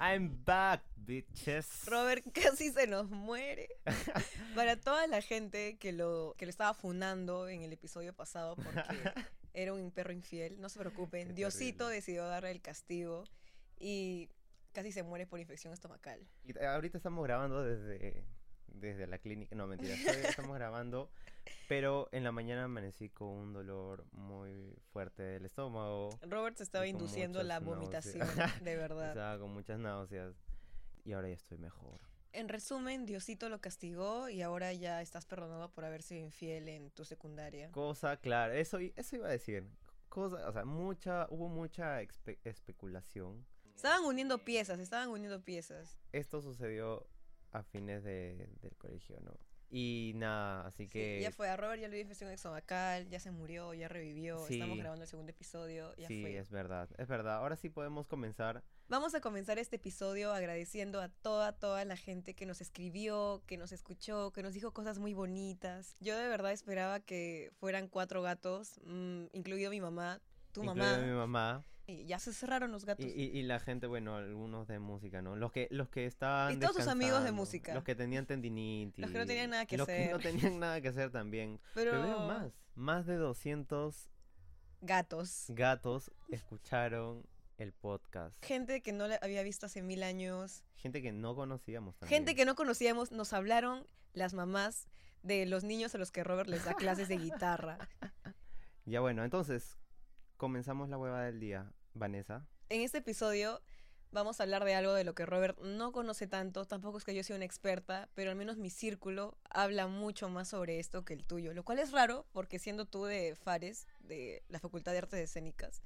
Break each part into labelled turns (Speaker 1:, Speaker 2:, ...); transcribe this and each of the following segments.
Speaker 1: I'm back, bitches.
Speaker 2: Robert casi se nos muere. Para toda la gente que lo, que lo estaba funando en el episodio pasado porque era un perro infiel, no se preocupen.
Speaker 1: Qué
Speaker 2: Diosito
Speaker 1: terrible.
Speaker 2: decidió darle el castigo y casi se muere por infección estomacal.
Speaker 1: Y eh, ahorita estamos grabando desde, desde la clínica. No, mentira. estoy- Estamos grabando. Pero en la mañana amanecí con un dolor muy fuerte del estómago.
Speaker 2: Robert se estaba
Speaker 1: Y con
Speaker 2: induciendo la
Speaker 1: muchas náuseas.
Speaker 2: vomitación, de verdad.
Speaker 1: Estaba con muchas náuseas. Y ahora ya estoy mejor.
Speaker 2: En resumen, Diosito lo castigó y ahora ya estás perdonado por haber sido infiel en tu secundaria.
Speaker 1: Cosa, claro. Eso, i- eso iba a decir. Cosa, o sea, mucha, hubo mucha espe- especulación.
Speaker 2: Estaban uniendo piezas, estaban uniendo piezas.
Speaker 1: Esto sucedió a fines de- del colegio, ¿no? Y nada, así
Speaker 2: Sí,
Speaker 1: que...
Speaker 2: ya fue a Robert, ya le dio infección exomacal, ya se murió, ya revivió, estamos
Speaker 1: Sí.
Speaker 2: grabando el segundo episodio, ya
Speaker 1: sí,
Speaker 2: fue.
Speaker 1: es verdad, es verdad. Ahora sí podemos comenzar.
Speaker 2: Vamos a comenzar este episodio agradeciendo a toda, toda la gente que nos escribió, que nos escuchó, que nos dijo cosas muy bonitas. Yo de verdad esperaba que fueran cuatro gatos, mm, incluido mi mamá, tu
Speaker 1: incluida
Speaker 2: mamá.
Speaker 1: mi mamá.
Speaker 2: Y ya se cerraron los
Speaker 1: Y,
Speaker 2: gatos.
Speaker 1: y- y la gente, bueno, algunos de música, ¿no? Los que, los que estaban
Speaker 2: Y todos sus amigos de
Speaker 1: descansando,
Speaker 2: música.
Speaker 1: Los que tenían tendinitis.
Speaker 2: Los que no tenían nada que hacer.
Speaker 1: Los que no tenían nada que hacer también.
Speaker 2: pero...
Speaker 1: Pero veo más. Más de 200
Speaker 2: Gatos.
Speaker 1: gatos escucharon el podcast.
Speaker 2: Gente que no la había visto hace mil años.
Speaker 1: Gente que no conocíamos también.
Speaker 2: Gente que no conocíamos. Nos hablaron las mamás de los niños a los que Robert les da clases de guitarra.
Speaker 1: Ya bueno, entonces, comenzamos la hueva del día. Vanessa.
Speaker 2: En este episodio vamos a hablar de algo de lo que Robert no conoce tanto. Tampoco es que yo sea una experta, pero al menos mi círculo habla mucho más sobre esto que el tuyo. Lo cual es raro porque siendo tú de Fares, de la Facultad de Artes Escénicas,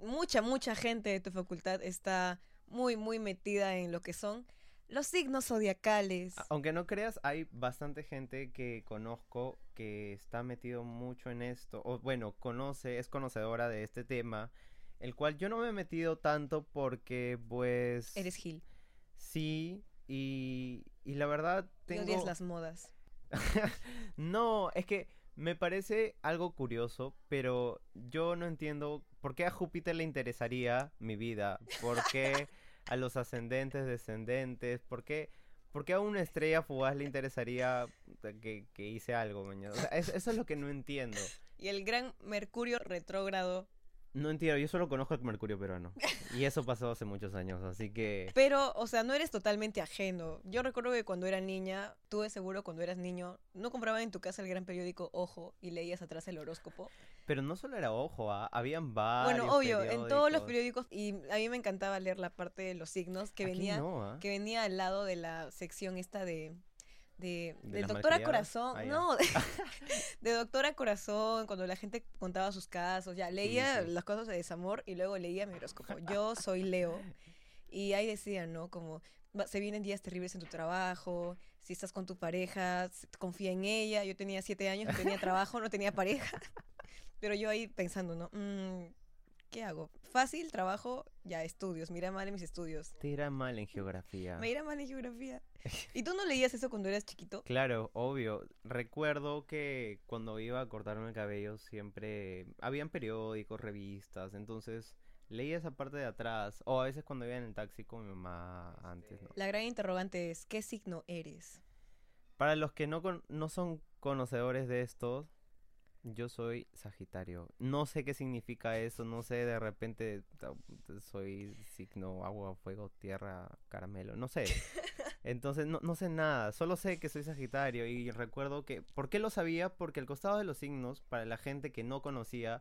Speaker 2: mucha, mucha gente de tu facultad está muy, muy metida en lo que son los signos zodiacales.
Speaker 1: A- Aunque no creas, hay bastante gente que conozco que está metido mucho en esto, o bueno, conoce, es conocedora de este tema, el cual yo no me he metido tanto porque pues...
Speaker 2: Eres Gil.
Speaker 1: Sí, y, y la verdad
Speaker 2: y
Speaker 1: tengo...
Speaker 2: odias las modas.
Speaker 1: No, es que me parece algo curioso, pero yo no entiendo por qué a Júpiter le interesaría mi vida, por qué a los ascendentes, descendentes, por qué, por qué a una estrella fugaz le interesaría que, que hice algo, mañana. eso es lo que no entiendo.
Speaker 2: Y el gran Mercurio retrógrado.
Speaker 1: No entiendo, yo solo conozco al Mercurio peruano. Y eso pasó hace muchos años, así que...
Speaker 2: Pero, o sea, no eres totalmente ajeno. Yo recuerdo que cuando era niña, tú de seguro cuando eras niño, no compraban en tu casa el gran periódico Ojo y leías atrás el horóscopo.
Speaker 1: Pero no solo era ojo, ¿ah? habían varios
Speaker 2: bueno, obvio, en todos los
Speaker 1: periódicos.
Speaker 2: periódicos. Y a mí me encantaba leer la parte de los signos que
Speaker 1: Aquí
Speaker 2: venía,
Speaker 1: no, ¿ah?
Speaker 2: que venía al lado de la sección esta de. De,
Speaker 1: ¿De
Speaker 2: del
Speaker 1: las
Speaker 2: doctora
Speaker 1: malcriadas?
Speaker 2: Corazón,
Speaker 1: Ah, ya.
Speaker 2: no, de, de doctora Corazón, cuando la gente contaba sus casos, ya leía
Speaker 1: sí.
Speaker 2: las cosas de desamor y luego leía mi horóscopo. Yo soy Leo y ahí decía, ¿no? Como va- se vienen días terribles en tu trabajo, si estás con tu pareja, s- confía en ella. Yo tenía siete años, no tenía trabajo, no tenía pareja. Pero yo ahí pensando, ¿no? Mm, ¿Qué hago? Fácil, trabajo, ya estudios, mira mal en mis estudios.
Speaker 1: Te irá mal en geografía.
Speaker 2: Me irá mal en geografía. ¿Y tú no leías eso cuando eras chiquito?
Speaker 1: Claro, obvio. Recuerdo que cuando iba a cortarme el cabello siempre habían periódicos, revistas, entonces leía esa parte de atrás o a veces cuando iba en el taxi con mi mamá antes, ¿no?
Speaker 2: La gran interrogante es, ¿qué signo eres?
Speaker 1: Para los que no con- no son conocedores de estos, yo soy Sagitario. No sé qué significa eso, no sé, de repente ta- soy signo agua, fuego, tierra, caramelo, no sé. Entonces no, no sé nada, solo sé que soy Sagitario y recuerdo que... ¿Por qué lo sabía? Porque al costado de los signos, para la gente que no conocía,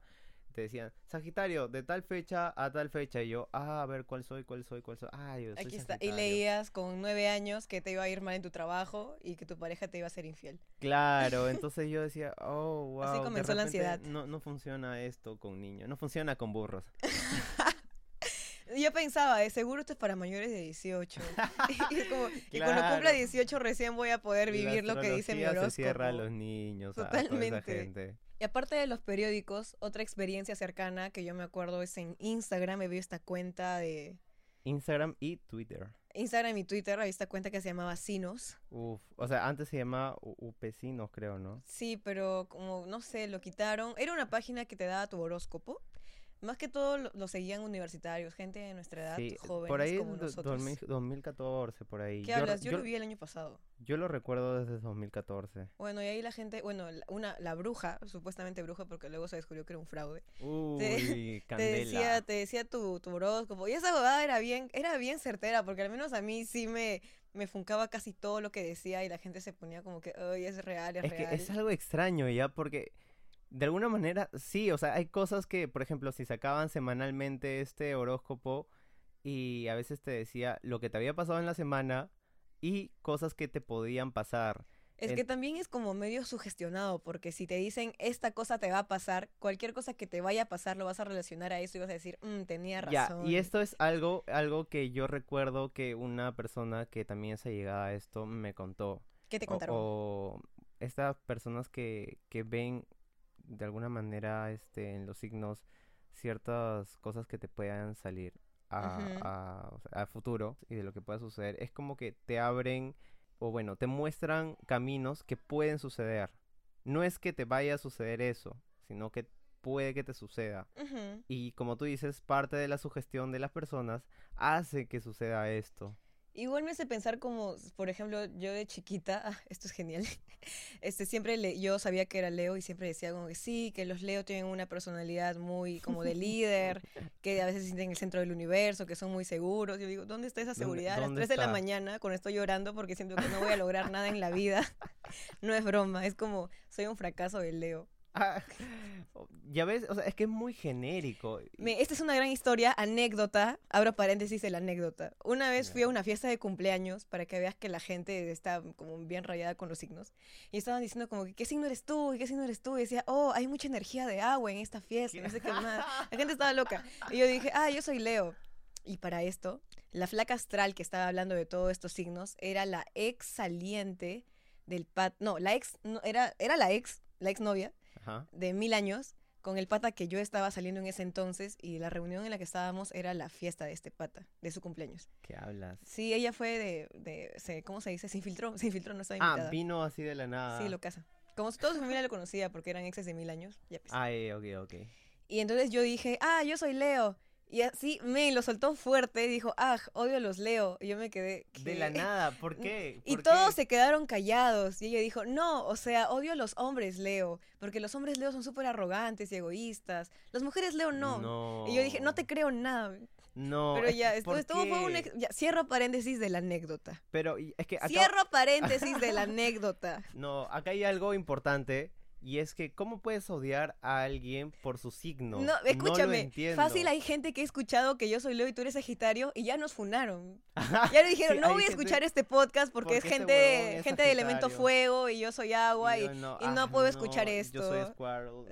Speaker 1: te decían, Sagitario, de tal fecha a tal fecha. Y yo, ah, a ver, ¿cuál soy? ¿Cuál soy? ¿Cuál soy? Ah, yo soy
Speaker 2: Aquí está. Y
Speaker 1: Sagitario".
Speaker 2: leías con nueve años que te iba a ir mal en tu trabajo y que tu pareja te iba a ser infiel.
Speaker 1: Claro, entonces yo decía, oh, wow.
Speaker 2: Así
Speaker 1: de
Speaker 2: comenzó la
Speaker 1: repente
Speaker 2: ansiedad.
Speaker 1: No, no funciona esto con niños, no funciona con burros.
Speaker 2: Yo pensaba, de seguro esto es para mayores de 18. y, como- y cuando
Speaker 1: Claro.
Speaker 2: cumpla 18 recién voy a poder
Speaker 1: La
Speaker 2: vivir lo que dice mi
Speaker 1: astrología
Speaker 2: horóscopo.
Speaker 1: se cierra a los niños, a toda
Speaker 2: Totalmente.
Speaker 1: esa gente.
Speaker 2: Y aparte de los periódicos, otra experiencia cercana que yo me acuerdo es en Instagram, me vi esta cuenta de...
Speaker 1: Instagram y Twitter.
Speaker 2: Instagram y Twitter, había esta cuenta que se llamaba Sinos.
Speaker 1: Uf, o sea, antes se llamaba U- Upecinos, creo, ¿no?
Speaker 2: Sí, pero como, no sé, lo quitaron. Era una página que te daba tu horóscopo. Más que todo lo, lo seguían universitarios, gente de nuestra edad,
Speaker 1: Sí,
Speaker 2: jóvenes
Speaker 1: por ahí
Speaker 2: como
Speaker 1: do-
Speaker 2: nosotros.
Speaker 1: 2000 2014, por ahí.
Speaker 2: ¿Qué
Speaker 1: re-
Speaker 2: hablas? Yo,
Speaker 1: yo,
Speaker 2: lo vi el año pasado.
Speaker 1: yo lo recuerdo desde 2014.
Speaker 2: Bueno, y ahí la gente, bueno, la- una, la bruja, supuestamente bruja, porque luego se descubrió que era un fraude.
Speaker 1: Uy,
Speaker 2: Te
Speaker 1: candela.
Speaker 2: decía, te decía tu, tu horóscopo. Y esa jugada era bien, era bien certera, porque al menos a mí sí me, me funcaba casi todo lo que decía y la gente se ponía como que, ay, es real, es,
Speaker 1: Es
Speaker 2: real.
Speaker 1: que es algo extraño ya, porque de alguna manera sí, o sea, hay cosas que, por ejemplo, si sacaban semanalmente este horóscopo y a veces te decía lo que te había pasado en la semana y cosas que te podían pasar.
Speaker 2: Es
Speaker 1: en-
Speaker 2: que también es como medio sugestionado, porque si te dicen esta cosa te va a pasar, cualquier cosa que te vaya a pasar lo vas a relacionar a eso y vas a decir, "Mm, tenía
Speaker 1: Ya,
Speaker 2: razón.
Speaker 1: y esto es algo, algo que yo recuerdo que una persona que también se llegaba a esto me contó.
Speaker 2: ¿Qué te
Speaker 1: O,
Speaker 2: contaron?
Speaker 1: o estas personas que, que ven de alguna manera este, en los signos ciertas cosas que te puedan salir a,
Speaker 2: Ujú.
Speaker 1: a- o sea, a futuro y de lo que pueda suceder, es como que te abren o bueno, te muestran caminos que pueden suceder. No es que te vaya a suceder eso, sino que puede que te suceda.
Speaker 2: Ujú.
Speaker 1: Y como tú dices, parte de la sugestión de las personas hace que suceda esto.
Speaker 2: Igual me hace pensar como, por ejemplo, yo de chiquita, ah, esto es genial, este, siempre le, yo sabía que era Leo y siempre decía como que sí, que los Leo tienen una personalidad muy como de líder, que a veces se sienten en el centro del universo, que son muy seguros. Yo digo, ¿dónde está esa
Speaker 1: ¿Dónde-
Speaker 2: seguridad? a las
Speaker 1: dónde
Speaker 2: 3 de la
Speaker 1: está?
Speaker 2: mañana, cuando estoy llorando porque siento que no voy a lograr nada en la vida. No es broma, es como, soy un fracaso de Leo.
Speaker 1: Ah, o- ya ves, o sea, es que es muy genérico. y-
Speaker 2: Me- esta es una gran historia, anécdota, abro paréntesis de la anécdota. Una vez fui a
Speaker 1: Ya.
Speaker 2: una fiesta de cumpleaños para que veas que la gente está como bien rayada con los signos. Y estaban diciendo como que, ¿qué signo eres tú? ¿Qué signo eres tú? Y decía, oh, hay mucha energía de agua en esta fiesta, no sé qué más. La gente estaba loca. Y yo dije, ah, yo soy Leo. Y para esto, la flaca astral que estaba hablando de todos estos signos era la ex saliente del pat... No, la ex... No, era, era la ex, la ex novia
Speaker 1: Ajá.
Speaker 2: de mil años con el pata que yo estaba saliendo en ese entonces y la reunión en la que estábamos era la fiesta de este pata, de su cumpleaños.
Speaker 1: ¿Qué hablas?
Speaker 2: Sí, ella fue de, de- se- ¿cómo se dice? Se infiltró, se infiltró, no estaba
Speaker 1: Ah,
Speaker 2: invitada.
Speaker 1: vino así de la nada.
Speaker 2: Sí, lo casa. Como toda su familia lo conocía porque eran exes de mil años. ya pues.
Speaker 1: Ay, Ah, eh, ok, ok.
Speaker 2: Y entonces yo dije, ah, yo soy Leo. Y así me lo soltó fuerte, dijo, ah, odio a los Leo. Y yo me quedé...
Speaker 1: De la
Speaker 2: ¿qué?
Speaker 1: nada, ¿por qué?
Speaker 2: Y
Speaker 1: ¿Por
Speaker 2: todos
Speaker 1: qué?
Speaker 2: se quedaron callados. Y ella dijo, no, o sea, odio a los hombres Leo, porque los hombres Leo son súper arrogantes y egoístas. Las mujeres Leo no. Y yo dije, no te creo nada.
Speaker 1: No.
Speaker 2: Pero
Speaker 1: es
Speaker 2: ya,
Speaker 1: que,
Speaker 2: esto,
Speaker 1: ¿por
Speaker 2: esto fue un...
Speaker 1: qué?
Speaker 2: ex- ya, cierro paréntesis de la anécdota.
Speaker 1: Pero y- es que acá...
Speaker 2: Cierro paréntesis de la anécdota.
Speaker 1: No, acá hay algo importante. Y es que, ¿cómo puedes odiar a alguien por su signo?
Speaker 2: No,
Speaker 1: No lo
Speaker 2: escúchame.
Speaker 1: entiendo.
Speaker 2: fácil hay gente que he escuchado que yo soy Leo y tú eres Sagitario y ya nos funaron. Ya le dijeron,
Speaker 1: Sí,
Speaker 2: no
Speaker 1: hay
Speaker 2: voy a
Speaker 1: gente-
Speaker 2: escuchar este podcast porque,
Speaker 1: porque
Speaker 2: es
Speaker 1: este
Speaker 2: gente,
Speaker 1: huevón es
Speaker 2: gente de elemento
Speaker 1: Sagitario.
Speaker 2: fuego y yo soy agua y,
Speaker 1: yo no,
Speaker 2: y no
Speaker 1: ah,
Speaker 2: puedo escuchar
Speaker 1: no,
Speaker 2: esto.
Speaker 1: Yo soy Squirrel, no, o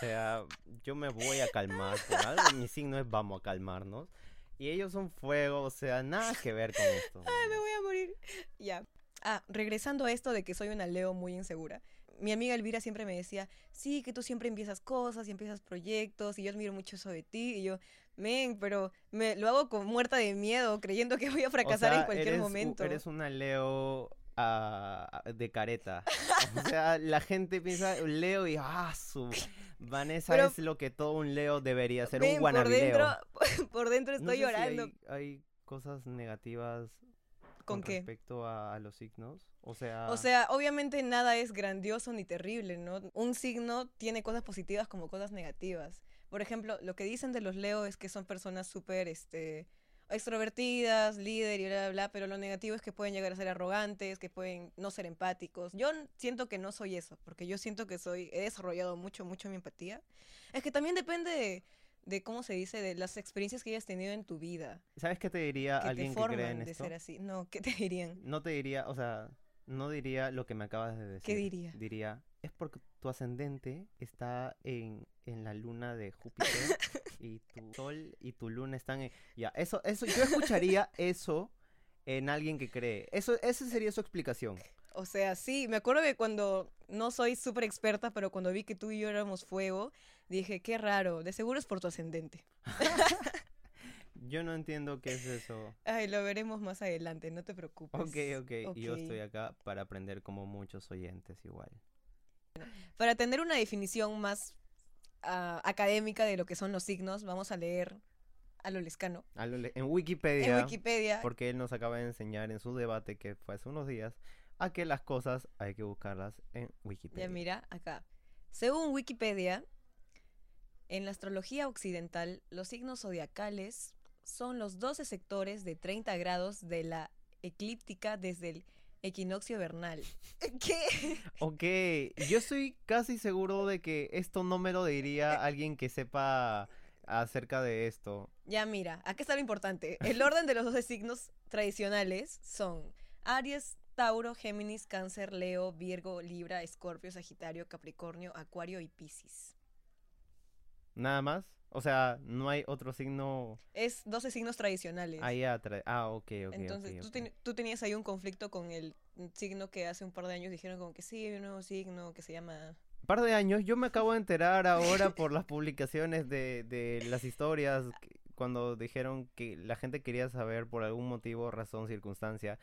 Speaker 1: sea, yo me voy a calmar por algo. Mi signo es vamos a calmarnos. Y ellos son fuego, o sea, nada que ver con esto.
Speaker 2: me voy a morir. Ya. Ah, regresando a esto de que soy una Leo muy insegura. Mi amiga Elvira siempre me decía, sí, que tú siempre empiezas cosas y empiezas proyectos y yo admiro mucho eso de ti. Y yo, men, pero me, lo hago con muerta de miedo, creyendo que voy a
Speaker 1: O
Speaker 2: fracasar en
Speaker 1: sea,
Speaker 2: cualquier
Speaker 1: eres u-
Speaker 2: momento.
Speaker 1: Eres una Leo ah, de careta. O sea, la gente piensa Leo y ah, su Vanessa
Speaker 2: Pero-
Speaker 1: es lo que todo un Leo debería ser,
Speaker 2: Men,
Speaker 1: un
Speaker 2: por
Speaker 1: guanabileo.
Speaker 2: dentro, por dentro
Speaker 1: No
Speaker 2: estoy
Speaker 1: sé si
Speaker 2: llorando.
Speaker 1: hay, hay cosas negativas con,
Speaker 2: ¿Con qué?
Speaker 1: respecto a, a los signos. O sea,
Speaker 2: O sea, obviamente nada es grandioso ni terrible, ¿no? Un signo tiene cosas positivas como cosas negativas. Por ejemplo, lo que dicen de los Leo es que son personas súper, este, extrovertidas, líder y bla, bla, bla, pero lo negativo es que pueden llegar a ser arrogantes, que pueden no ser empáticos. Yo n- siento que no soy eso, porque yo siento que soy, he desarrollado mucho, mucho mi empatía. Es que también depende de, de cómo se dice, de las experiencias que hayas tenido en tu vida,
Speaker 1: ¿sabes qué te diría
Speaker 2: que te
Speaker 1: alguien que cree en
Speaker 2: forman de
Speaker 1: esto?
Speaker 2: ser así. No, ¿qué te dirían?
Speaker 1: No te diría, o sea, no diría lo que me acabas de decir.
Speaker 2: diría?
Speaker 1: Diría, es porque tu ascendente está en, en la luna de Júpiter y tu sol y tu luna están en... Ya, eso, eso, yo escucharía eso en alguien que cree. Eso, esa sería su explicación.
Speaker 2: O sea, sí, me acuerdo que cuando no soy súper experta, pero cuando vi que tú y yo éramos fuego, dije, qué raro, de seguro es por tu ascendente.
Speaker 1: Yo no entiendo qué es eso.
Speaker 2: Ay, lo veremos más adelante, no te preocupes.
Speaker 1: Ok, ok, y yo estoy
Speaker 2: ok.
Speaker 1: acá para aprender como muchos oyentes igual.
Speaker 2: Para tener una definición más ah, académica de lo que son los signos, vamos a leer a lo lescano.
Speaker 1: A lo le- en
Speaker 2: En
Speaker 1: Wikipedia,
Speaker 2: Wikipedia,
Speaker 1: porque él nos acaba de enseñar en su debate que fue hace unos días, a que las cosas hay que buscarlas en Wikipedia.
Speaker 2: ya mira, acá. Según Wikipedia, en la astrología occidental, los signos zodiacales son los 12 sectores de 30 grados de la eclíptica desde el equinoccio vernal. ¿Qué?
Speaker 1: Ok, yo estoy casi seguro de que esto no me lo diría alguien que sepa acerca de esto.
Speaker 2: Ya mira, aquí está lo importante. El orden de los 12 signos tradicionales son Aries, Tauro, Géminis, Cáncer, Leo, Virgo, Libra, Escorpio, Sagitario, Capricornio, Acuario y Piscis.
Speaker 1: Nada más. O sea, no hay otro signo
Speaker 2: Es 12 signos tradicionales.
Speaker 1: ahí atrás. Ah, ok, ok.
Speaker 2: Entonces,
Speaker 1: ok,
Speaker 2: tú,
Speaker 1: ok.
Speaker 2: ten- tú tenías ahí un conflicto con el signo que hace un par de años dijeron como que sí, hay un nuevo signo que se llama...
Speaker 1: par de años, yo me acabo de enterar ahora por las publicaciones de, de las historias que- cuando dijeron que la gente quería saber por algún motivo, razón, circunstancia,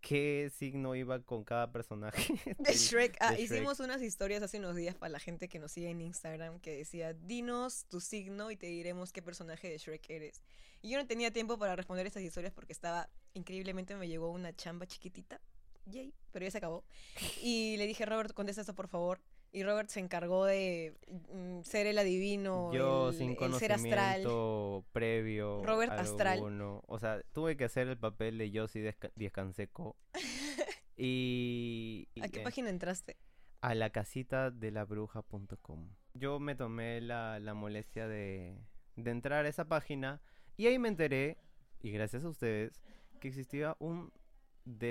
Speaker 1: qué signo iba con cada personaje.
Speaker 2: De
Speaker 1: del-
Speaker 2: Shrek. Ah,
Speaker 1: de Shrek.
Speaker 2: hicimos unas historias hace unos días para la gente que nos sigue en Instagram que decía, dinos tu signo y te diremos qué personaje de Shrek eres. Y yo no tenía tiempo para responder estas historias porque estaba, increíblemente me llegó una chamba chiquitita. Yay, pero ya se acabó. Y le dije, Robert, contesta esto por favor. Y Robert se encargó de mm, ser el adivino,
Speaker 1: Yo
Speaker 2: el,
Speaker 1: sin
Speaker 2: el ser astral.
Speaker 1: conocimiento previo
Speaker 2: Robert Astral.
Speaker 1: alguno, O sea, tuve que hacer el papel de Yossi Descanseco. y, y,
Speaker 2: ¿A qué
Speaker 1: eh,
Speaker 2: página entraste?
Speaker 1: a la casita de la bruja.com. Yo me tomé la, la molestia de, de entrar a esa página y ahí me enteré, y gracias a ustedes, que existía un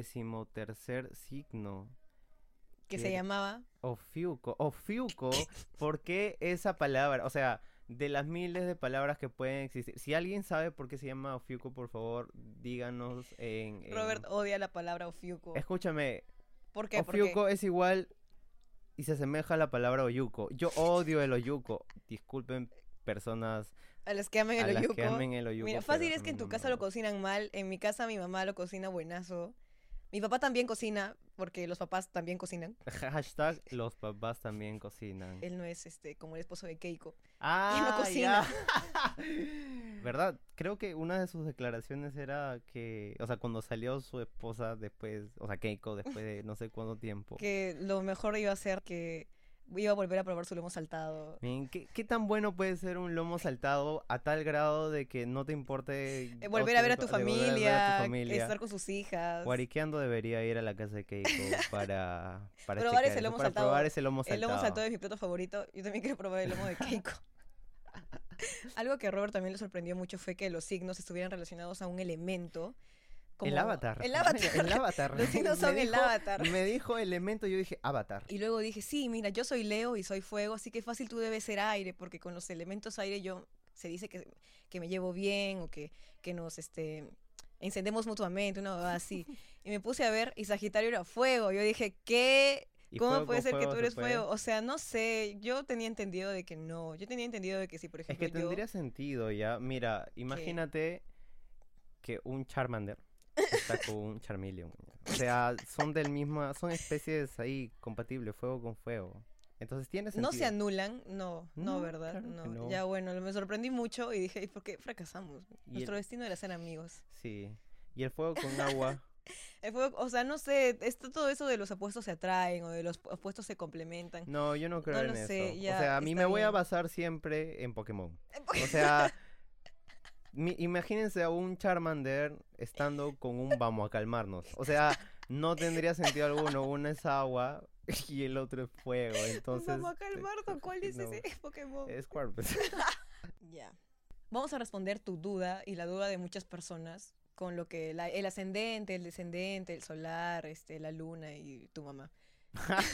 Speaker 1: decimotercer signo.
Speaker 2: Que
Speaker 1: ¿Qué?
Speaker 2: se llamaba...
Speaker 1: Ofiuco. Ofiuco, ¿por qué esa palabra? O sea, de las miles de palabras que pueden existir. Si alguien sabe por qué se llama Ofiuco, por favor, díganos en... en-
Speaker 2: Robert odia la palabra ofiuco.
Speaker 1: Escúchame,
Speaker 2: ¿Por qué? ¿Por qué?
Speaker 1: Ofiuco es igual y se asemeja a la palabra oyuco. Yo odio el oyuco. Disculpen personas
Speaker 2: A las que aman
Speaker 1: a
Speaker 2: el
Speaker 1: las que
Speaker 2: oyuco.
Speaker 1: amen el oyuco.
Speaker 2: Mira,
Speaker 1: pero
Speaker 2: fácil
Speaker 1: a
Speaker 2: es que en
Speaker 1: mí
Speaker 2: tu
Speaker 1: no me
Speaker 2: casa lo
Speaker 1: gusta.
Speaker 2: cocinan mal, en mi casa mi mamá lo cocina buenazo. Mi papá también cocina, porque los papás también cocinan.
Speaker 1: Hashtag los papás también cocinan.
Speaker 2: Él no es este como el esposo de Keiko.
Speaker 1: Ah,
Speaker 2: cocina.
Speaker 1: ya. ¿Verdad? Creo que una de sus declaraciones era que, o sea, cuando salió su esposa después, o sea, Keiko, después de no sé cuánto tiempo.
Speaker 2: Que lo mejor iba a ser que iba a volver a probar su lomo saltado.
Speaker 1: Men, ¿Qué, qué tan bueno puede ser un lomo saltado a tal grado de que no te importe
Speaker 2: Eh, volver a ver a tu
Speaker 1: de volver a ver a tu
Speaker 2: familia,
Speaker 1: familia?
Speaker 2: estar con sus hijas.
Speaker 1: Guariqueando debería ir a la casa de Keiko para, para, chequear
Speaker 2: Probar ese
Speaker 1: eso,
Speaker 2: lomo
Speaker 1: para
Speaker 2: saltado.
Speaker 1: probar ese lomo
Speaker 2: El
Speaker 1: saltado.
Speaker 2: lomo saltado es mi plato favorito. Yo también quiero probar el lomo de Keiko. Algo que a Robert también le sorprendió mucho fue que los signos estuvieran relacionados a un elemento. como-
Speaker 1: El avatar.
Speaker 2: El avatar.
Speaker 1: El avatar.
Speaker 2: Los signos son
Speaker 1: Me
Speaker 2: el
Speaker 1: dijo-
Speaker 2: avatar.
Speaker 1: Me dijo elemento, yo dije avatar.
Speaker 2: Y luego dije, sí, mira, yo soy Leo y soy fuego, así que fácil tú debes ser aire, porque con los elementos aire yo se dice que, que me llevo bien o que, que nos este, encendemos mutuamente, una cosa así. Y me puse a ver y Sagitario era fuego. Yo dije, ¿qué?
Speaker 1: Y
Speaker 2: ¿Cómo
Speaker 1: fuego
Speaker 2: puede
Speaker 1: con
Speaker 2: ser que
Speaker 1: fuego
Speaker 2: tú
Speaker 1: se
Speaker 2: eres
Speaker 1: puede.
Speaker 2: fuego? O sea, no sé, yo tenía entendido de que no, yo tenía entendido de que sí, por
Speaker 1: Es
Speaker 2: ejemplo,
Speaker 1: que
Speaker 2: yo...
Speaker 1: tendría sentido ya. Mira, imagínate que un Charmander está con un Charmeleon. O sea, son del mismo, son especies ahí compatibles, fuego con fuego. Entonces tiene sentido.
Speaker 2: No se anulan, no, no,
Speaker 1: No,
Speaker 2: ¿verdad?
Speaker 1: claro que
Speaker 2: no.
Speaker 1: no.
Speaker 2: Ya bueno, me sorprendí mucho y dije, ¿y por qué fracasamos?
Speaker 1: Y
Speaker 2: Nuestro
Speaker 1: el-
Speaker 2: destino era ser amigos.
Speaker 1: Sí. Y el fuego con agua.
Speaker 2: El fuego- o sea, no sé, está todo eso de los opuestos se atraen o de los opuestos se complementan.
Speaker 1: No, yo no creo
Speaker 2: lo
Speaker 1: en eso.
Speaker 2: sé, ya,
Speaker 1: o sea, a mí
Speaker 2: está
Speaker 1: me voy a
Speaker 2: bien.
Speaker 1: basar siempre en Pokémon. O sea, mi- imagínense a un Charmander estando con un vamos a calmarnos. O sea, no tendría sentido alguno. Uno es agua y el otro es fuego. Entonces.
Speaker 2: Vamos a
Speaker 1: eh,
Speaker 2: calmarnos, ¿cuál es
Speaker 1: no,
Speaker 2: ese Pokémon?
Speaker 1: Es Squirtle.
Speaker 2: Ya. Vamos a responder tu duda y la duda de muchas personas con lo que la- el ascendente, el descendente, el solar, este, la luna y tu mamá.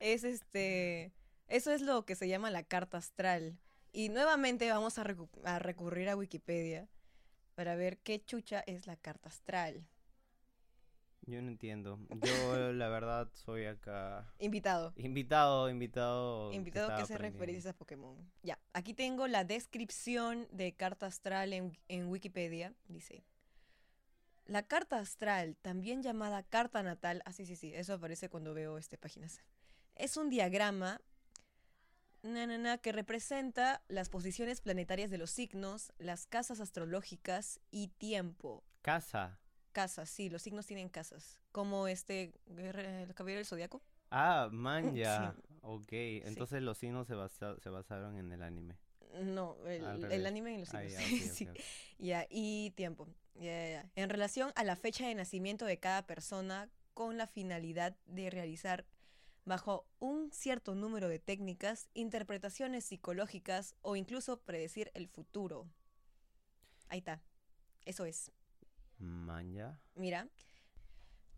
Speaker 2: es este, eso es lo que se llama la carta astral. Y nuevamente vamos a, recu- a recurrir a Wikipedia para ver qué chucha es la carta astral.
Speaker 1: Yo no entiendo. Yo, la verdad, soy acá.
Speaker 2: Invitado.
Speaker 1: Invitado, invitado.
Speaker 2: Invitado que
Speaker 1: estaba
Speaker 2: hace
Speaker 1: aprendiendo.
Speaker 2: referencias a Pokémon. Ya, aquí tengo la descripción de carta astral en, en Wikipedia. Dice, la carta astral, también llamada carta natal, ah, sí, sí, sí, eso aparece cuando veo este, páginas, es un diagrama na, na, na, que representa las posiciones planetarias de los signos, las casas astrológicas y tiempo.
Speaker 1: Casa.
Speaker 2: Casas, sí, los signos tienen casas. Como este, guerre- el caballero del zodiaco.
Speaker 1: Ah, manja.
Speaker 2: Sí.
Speaker 1: Ok, entonces los signos se, basa- se basaron en el anime.
Speaker 2: No, el,
Speaker 1: Al
Speaker 2: el
Speaker 1: revés.
Speaker 2: anime y los
Speaker 1: Ah,
Speaker 2: signos.
Speaker 1: ya, ok, ok,
Speaker 2: sí.
Speaker 1: ok.
Speaker 2: Ya, y tiempo. Ya, ya, ya. En relación a la fecha de nacimiento de cada persona, con la finalidad de realizar, bajo un cierto número de técnicas, interpretaciones psicológicas o incluso predecir el futuro. Ahí está. Eso es.
Speaker 1: Manja.
Speaker 2: Mira,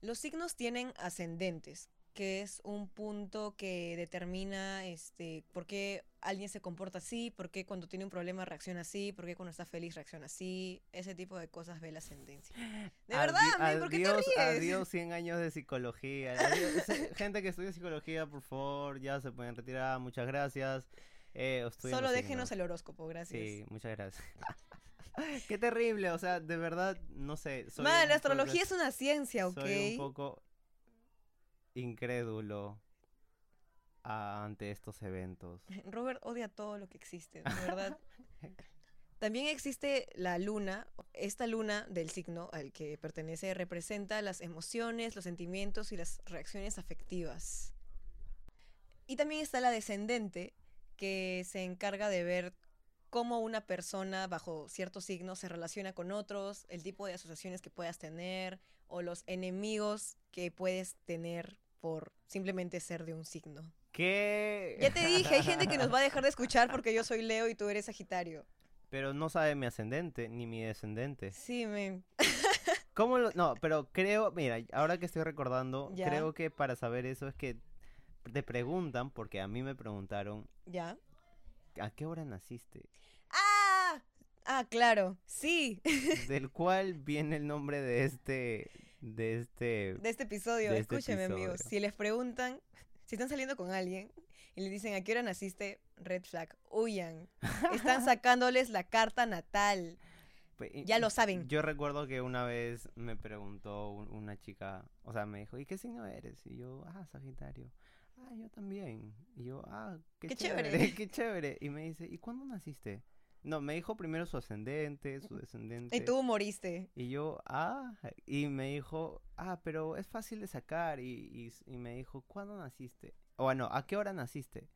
Speaker 2: los signos tienen ascendentes, que es un punto que determina este, por qué alguien se comporta así, por qué cuando tiene un problema reacciona así, por qué cuando está feliz reacciona así, ese tipo de cosas ve la ascendencia. De
Speaker 1: Adi-
Speaker 2: verdad, men, ¿por qué te
Speaker 1: adiós,
Speaker 2: ríes?
Speaker 1: Adiós 100 años de psicología. Adiós. Ese- Gente que estudia psicología, por favor, ya se pueden retirar. Muchas gracias. Eh, o estudien
Speaker 2: Solo
Speaker 1: los
Speaker 2: déjenos
Speaker 1: signos.
Speaker 2: el horóscopo, gracias.
Speaker 1: Sí, muchas gracias. Qué terrible, o sea, de verdad, no sé. soy
Speaker 2: Ma,
Speaker 1: un poco-
Speaker 2: la astrología es una ciencia, ¿ok?
Speaker 1: Soy un poco incrédulo a- ante estos eventos.
Speaker 2: Robert odia todo lo que existe, de verdad. También existe la luna. Esta luna del signo al que pertenece representa las emociones, los sentimientos y las reacciones afectivas. Y también está la descendente, que se encarga de ver cómo una persona bajo ciertos signos se relaciona con otros, el tipo de asociaciones que puedas tener o los enemigos que puedes tener por simplemente ser de un signo.
Speaker 1: ¿Qué?
Speaker 2: Ya te dije, hay gente que nos va a dejar de escuchar porque yo soy Leo y tú eres Sagitario.
Speaker 1: Pero no sabe mi ascendente ni mi descendente.
Speaker 2: Sí, men.
Speaker 1: ¿Cómo lo.? No, pero creo. Mira, ahora que estoy recordando,
Speaker 2: Ya.
Speaker 1: creo que para saber eso es que te preguntan, porque a mí me preguntaron,
Speaker 2: ¿Ya?
Speaker 1: ¿a qué hora naciste?
Speaker 2: ¡Ah! Ah, claro. Sí.
Speaker 1: Del cual viene el nombre de este. De este.
Speaker 2: De este episodio.
Speaker 1: De este
Speaker 2: Escúcheme, amigos.
Speaker 1: episodio.
Speaker 2: Si les preguntan, si están saliendo con alguien y le dicen a qué hora naciste, red flag, huyan. Están sacándoles la carta natal.
Speaker 1: Pe- Pues, y-
Speaker 2: Ya lo saben.
Speaker 1: Yo recuerdo que una vez me preguntó un- una chica, o sea, me dijo, ¿y qué signo eres? Y yo, ah, Sagitario. Ah, yo también. Y yo, ah, qué,
Speaker 2: Qué
Speaker 1: chévere,
Speaker 2: chévere.
Speaker 1: qué chévere. Y me dice, ¿y cuándo naciste? No, me dijo primero su ascendente, su descendente.
Speaker 2: Y tú moriste.
Speaker 1: Y yo, ah, y me dijo, ah, pero es fácil de sacar. Y, y s- y me dijo, ¿cuándo naciste? O bueno, ¿a qué hora naciste?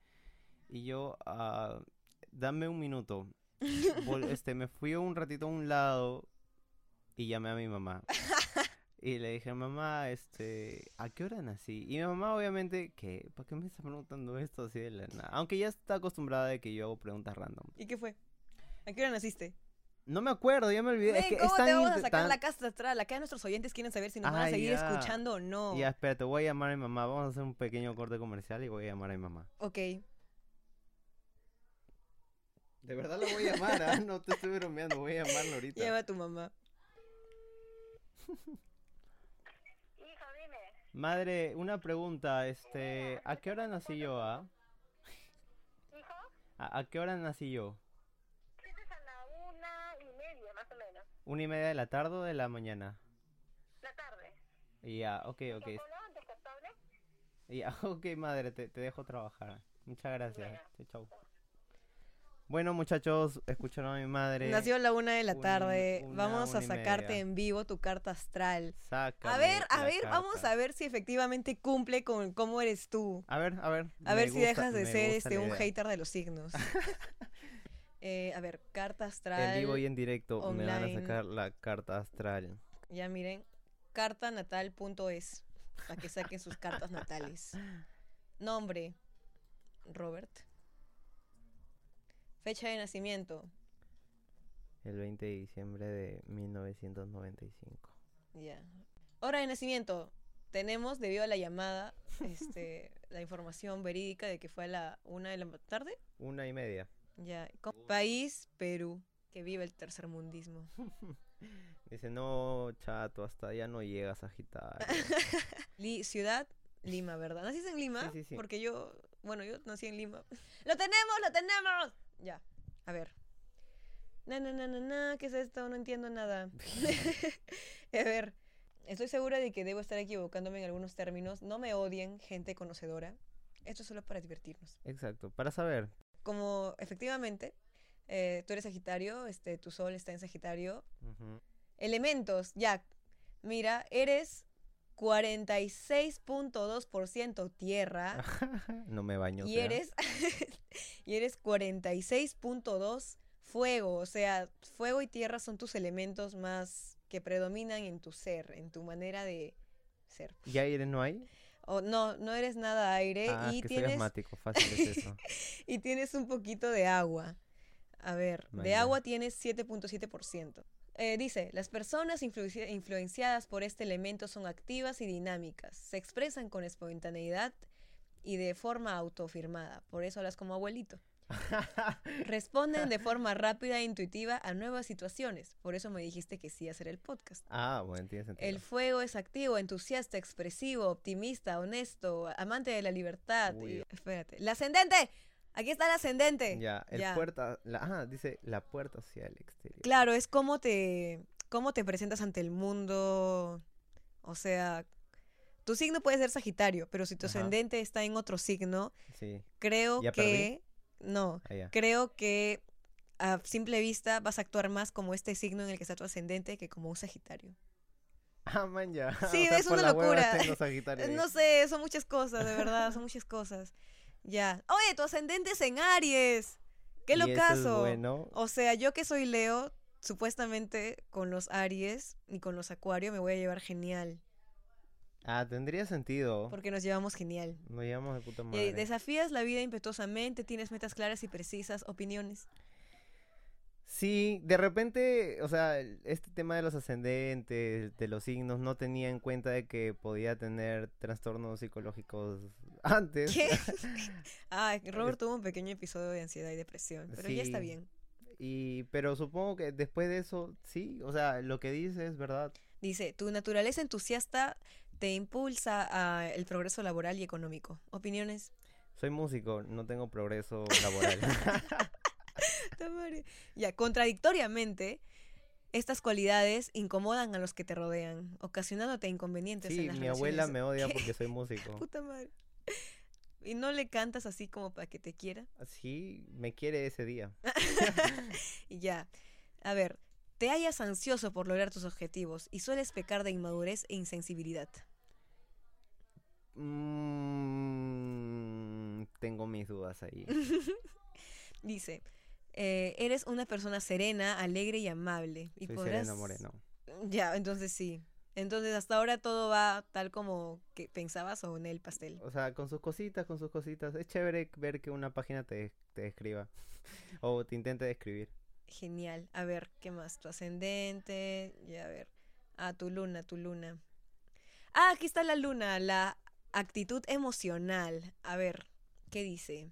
Speaker 1: Y yo, ah, dame un minuto. Vol- este, me fui un ratito a un lado y llamé a mi mamá. Y le dije, mamá, este, ¿a qué hora nací? Y mi mamá, obviamente, ¿qué? ¿Por qué me está preguntando esto así de la nada? Aunque ya está acostumbrada de que yo hago preguntas random.
Speaker 2: ¿Y qué fue? ¿A qué hora naciste?
Speaker 1: No me acuerdo, ya me olvidé. es
Speaker 2: Men,
Speaker 1: que
Speaker 2: ¿Cómo
Speaker 1: es
Speaker 2: te
Speaker 1: tan
Speaker 2: vamos a
Speaker 1: inte-
Speaker 2: sacar
Speaker 1: tan-
Speaker 2: la casa atrás? La que nuestros oyentes quieren saber si nos van
Speaker 1: Ah,
Speaker 2: a seguir
Speaker 1: ya.
Speaker 2: escuchando o no.
Speaker 1: Ya, espérate, voy a llamar a mi mamá. Vamos a hacer un pequeño corte comercial y voy a llamar a mi mamá.
Speaker 2: Ok.
Speaker 1: De verdad la voy a llamar, ¿ah? No te estoy bromeando, voy a llamarlo ahorita.
Speaker 2: Llama a tu mamá.
Speaker 3: Hijo, dime.
Speaker 1: Madre, una pregunta, este, ¿a qué hora nací yo, ah?
Speaker 3: Hijo,
Speaker 1: ¿A, a qué hora nací yo?
Speaker 3: sientes a la una y media, más o menos.
Speaker 1: ¿Una y media de la tarde o de la mañana?
Speaker 3: La tarde.
Speaker 1: Y Ya, ok, ok.
Speaker 3: ¿Te acuerdas antes que tarde?
Speaker 1: y Ya, ok, madre, te, te dejo trabajar. Muchas gracias.
Speaker 3: Bueno.
Speaker 1: Chau, chau. Bueno, muchachos, escucharon a mi madre.
Speaker 2: Nació a la una de la
Speaker 1: una-
Speaker 2: tarde.
Speaker 1: una,
Speaker 2: vamos a
Speaker 1: una y
Speaker 2: sacarte
Speaker 1: media.
Speaker 2: en vivo tu carta astral.
Speaker 1: Sácame
Speaker 2: A ver, a
Speaker 1: la
Speaker 2: ver, vamos
Speaker 1: carta.
Speaker 2: a ver si efectivamente cumple con cómo eres tú.
Speaker 1: A ver, a ver.
Speaker 2: A
Speaker 1: me
Speaker 2: ver si
Speaker 1: gusta-
Speaker 2: dejas de
Speaker 1: me
Speaker 2: ser
Speaker 1: gusta la
Speaker 2: este un
Speaker 1: idea.
Speaker 2: hater de los signos. Eh, a ver, carta astral.
Speaker 1: En vivo y en directo me van a
Speaker 2: online.
Speaker 1: sacar la carta astral.
Speaker 2: Ya miren, cartanatal.es para que saquen sus cartas natales. Nombre, Robert. Fecha de nacimiento,
Speaker 1: El 20 de diciembre de 1995.
Speaker 2: Ya. Hora de nacimiento. Tenemos, debido a la llamada, este, la información verídica de que fue a la una de la ma- tarde.
Speaker 1: Una y media.
Speaker 2: Ya. Co- País, Perú. Que vive el tercermundismo.
Speaker 1: Dice, no, chato, hasta allá no llegas a agitar.
Speaker 2: Li- ciudad, Lima, ¿verdad? ¿Naciste en Lima?
Speaker 1: Sí, sí, sí.
Speaker 2: Porque yo, bueno, yo nací en Lima. ¡Lo tenemos, lo tenemos! Ya, a ver. Na, na, na, na, na, ¿qué es esto? No entiendo nada. a ver, estoy segura de que debo estar equivocándome en algunos términos. No me odien, gente conocedora. Esto es solo para divertirnos.
Speaker 1: Exacto, para saber.
Speaker 2: Como efectivamente, eh, tú eres Sagitario, este, tu sol está en Sagitario.
Speaker 1: Ujú.
Speaker 2: Elementos, Jack. Mira, eres 46.2% tierra
Speaker 1: Ah, no me baño. o
Speaker 2: y
Speaker 1: sea.
Speaker 2: eres, y eres 46.2 fuego. O sea, fuego y tierra son tus elementos más que predominan en tu ser, en tu manera de ser.
Speaker 1: ¿Y aire no hay?
Speaker 2: O no, no eres nada aire
Speaker 1: ah,
Speaker 2: Eh, y
Speaker 1: que soy
Speaker 2: tienes
Speaker 1: asmático, fácil es eso.
Speaker 2: y tienes un poquito de agua. A ver, de
Speaker 1: Vaya.
Speaker 2: agua tienes 7.7%. Eh, dice, las personas influenci- influenciadas por este elemento son activas y dinámicas, se expresan con espontaneidad y de forma autoafirmada, por eso hablas como abuelito. Responden de forma rápida e intuitiva a nuevas situaciones, por eso me dijiste que sí hacer el podcast.
Speaker 1: ah, bueno, tiene sentido.
Speaker 2: El fuego es activo, entusiasta, expresivo, optimista, honesto, amante de la libertad.
Speaker 1: Uy.
Speaker 2: y- espérate. ¡La ascendente! Aquí está el ascendente.
Speaker 1: Ya, el
Speaker 2: ya.
Speaker 1: puerta, la, ah, dice la puerta hacia el exterior.
Speaker 2: Claro, es cómo te, cómo te presentas ante el mundo. O sea, tu signo puede ser Sagitario, pero si tu
Speaker 1: Ajá.
Speaker 2: ascendente está en otro signo,
Speaker 1: Sí,
Speaker 2: creo
Speaker 1: Ya perdí.
Speaker 2: que. No,
Speaker 1: allá.
Speaker 2: creo que a simple vista vas a actuar más como este signo en el que está tu ascendente que como un Sagitario.
Speaker 1: Ah, man, ya.
Speaker 2: Sí, es
Speaker 1: por
Speaker 2: una
Speaker 1: las huevas
Speaker 2: locura.
Speaker 1: tengo Sagitario
Speaker 2: Eh,
Speaker 1: ahí.
Speaker 2: No sé, son muchas cosas, de verdad, son muchas cosas. Ya. Oye, tu ascendente es en Aries. ¡Qué
Speaker 1: Y eso es
Speaker 2: locazo!
Speaker 1: bueno.
Speaker 2: O sea, yo que soy Leo, supuestamente con los Aries y con los Acuario me voy a llevar genial.
Speaker 1: Ah, tendría sentido.
Speaker 2: Porque nos llevamos genial.
Speaker 1: Nos llevamos de puta
Speaker 2: Eh,
Speaker 1: madre.
Speaker 2: desafías la vida impetuosamente, tienes metas claras y precisas, opiniones.
Speaker 1: Sí, de repente, o sea, el- este tema de los ascendentes, de los signos, no tenía en cuenta de que podía tener trastornos psicológicos antes.
Speaker 2: ¿Qué? Ah, Robert tuvo un pequeño episodio de ansiedad y depresión, pero ya está
Speaker 1: Sí.
Speaker 2: bien.
Speaker 1: Y, pero supongo que después de eso, sí, o sea, lo que dice es verdad.
Speaker 2: Dice, tu naturaleza entusiasta te impulsa a el progreso laboral y económico. Opiniones.
Speaker 1: Soy músico, no tengo progreso laboral.
Speaker 2: Ta madre. ya, contradictoriamente, estas cualidades incomodan a los que te rodean, ocasionándote inconvenientes en
Speaker 1: sí,
Speaker 2: las
Speaker 1: mi abuela
Speaker 2: relaciones.
Speaker 1: me odia porque soy músico.
Speaker 2: Puta madre. Y no le cantas así como para que te quiera.
Speaker 1: Sí, me quiere ese día.
Speaker 2: Y ya. A ver, te hallas ansioso por lograr tus objetivos y sueles pecar de inmadurez e insensibilidad.
Speaker 1: Mm, tengo mis dudas ahí.
Speaker 2: Dice, eh, eres una persona serena, alegre y amable. Y
Speaker 1: soy
Speaker 2: podrás...
Speaker 1: Serena Moreno.
Speaker 2: Ya, entonces sí. Entonces hasta ahora todo va tal como que pensabas o en el pastel.
Speaker 1: O sea, con sus cositas, con sus cositas. Es chévere ver que una página te, te describa. o te intente describir.
Speaker 2: Genial. A ver, ¿qué más? Tu ascendente. Ya, a ver. Ah, tu luna, tu luna. Ah, aquí está la luna, la actitud emocional. A ver, ¿qué dice?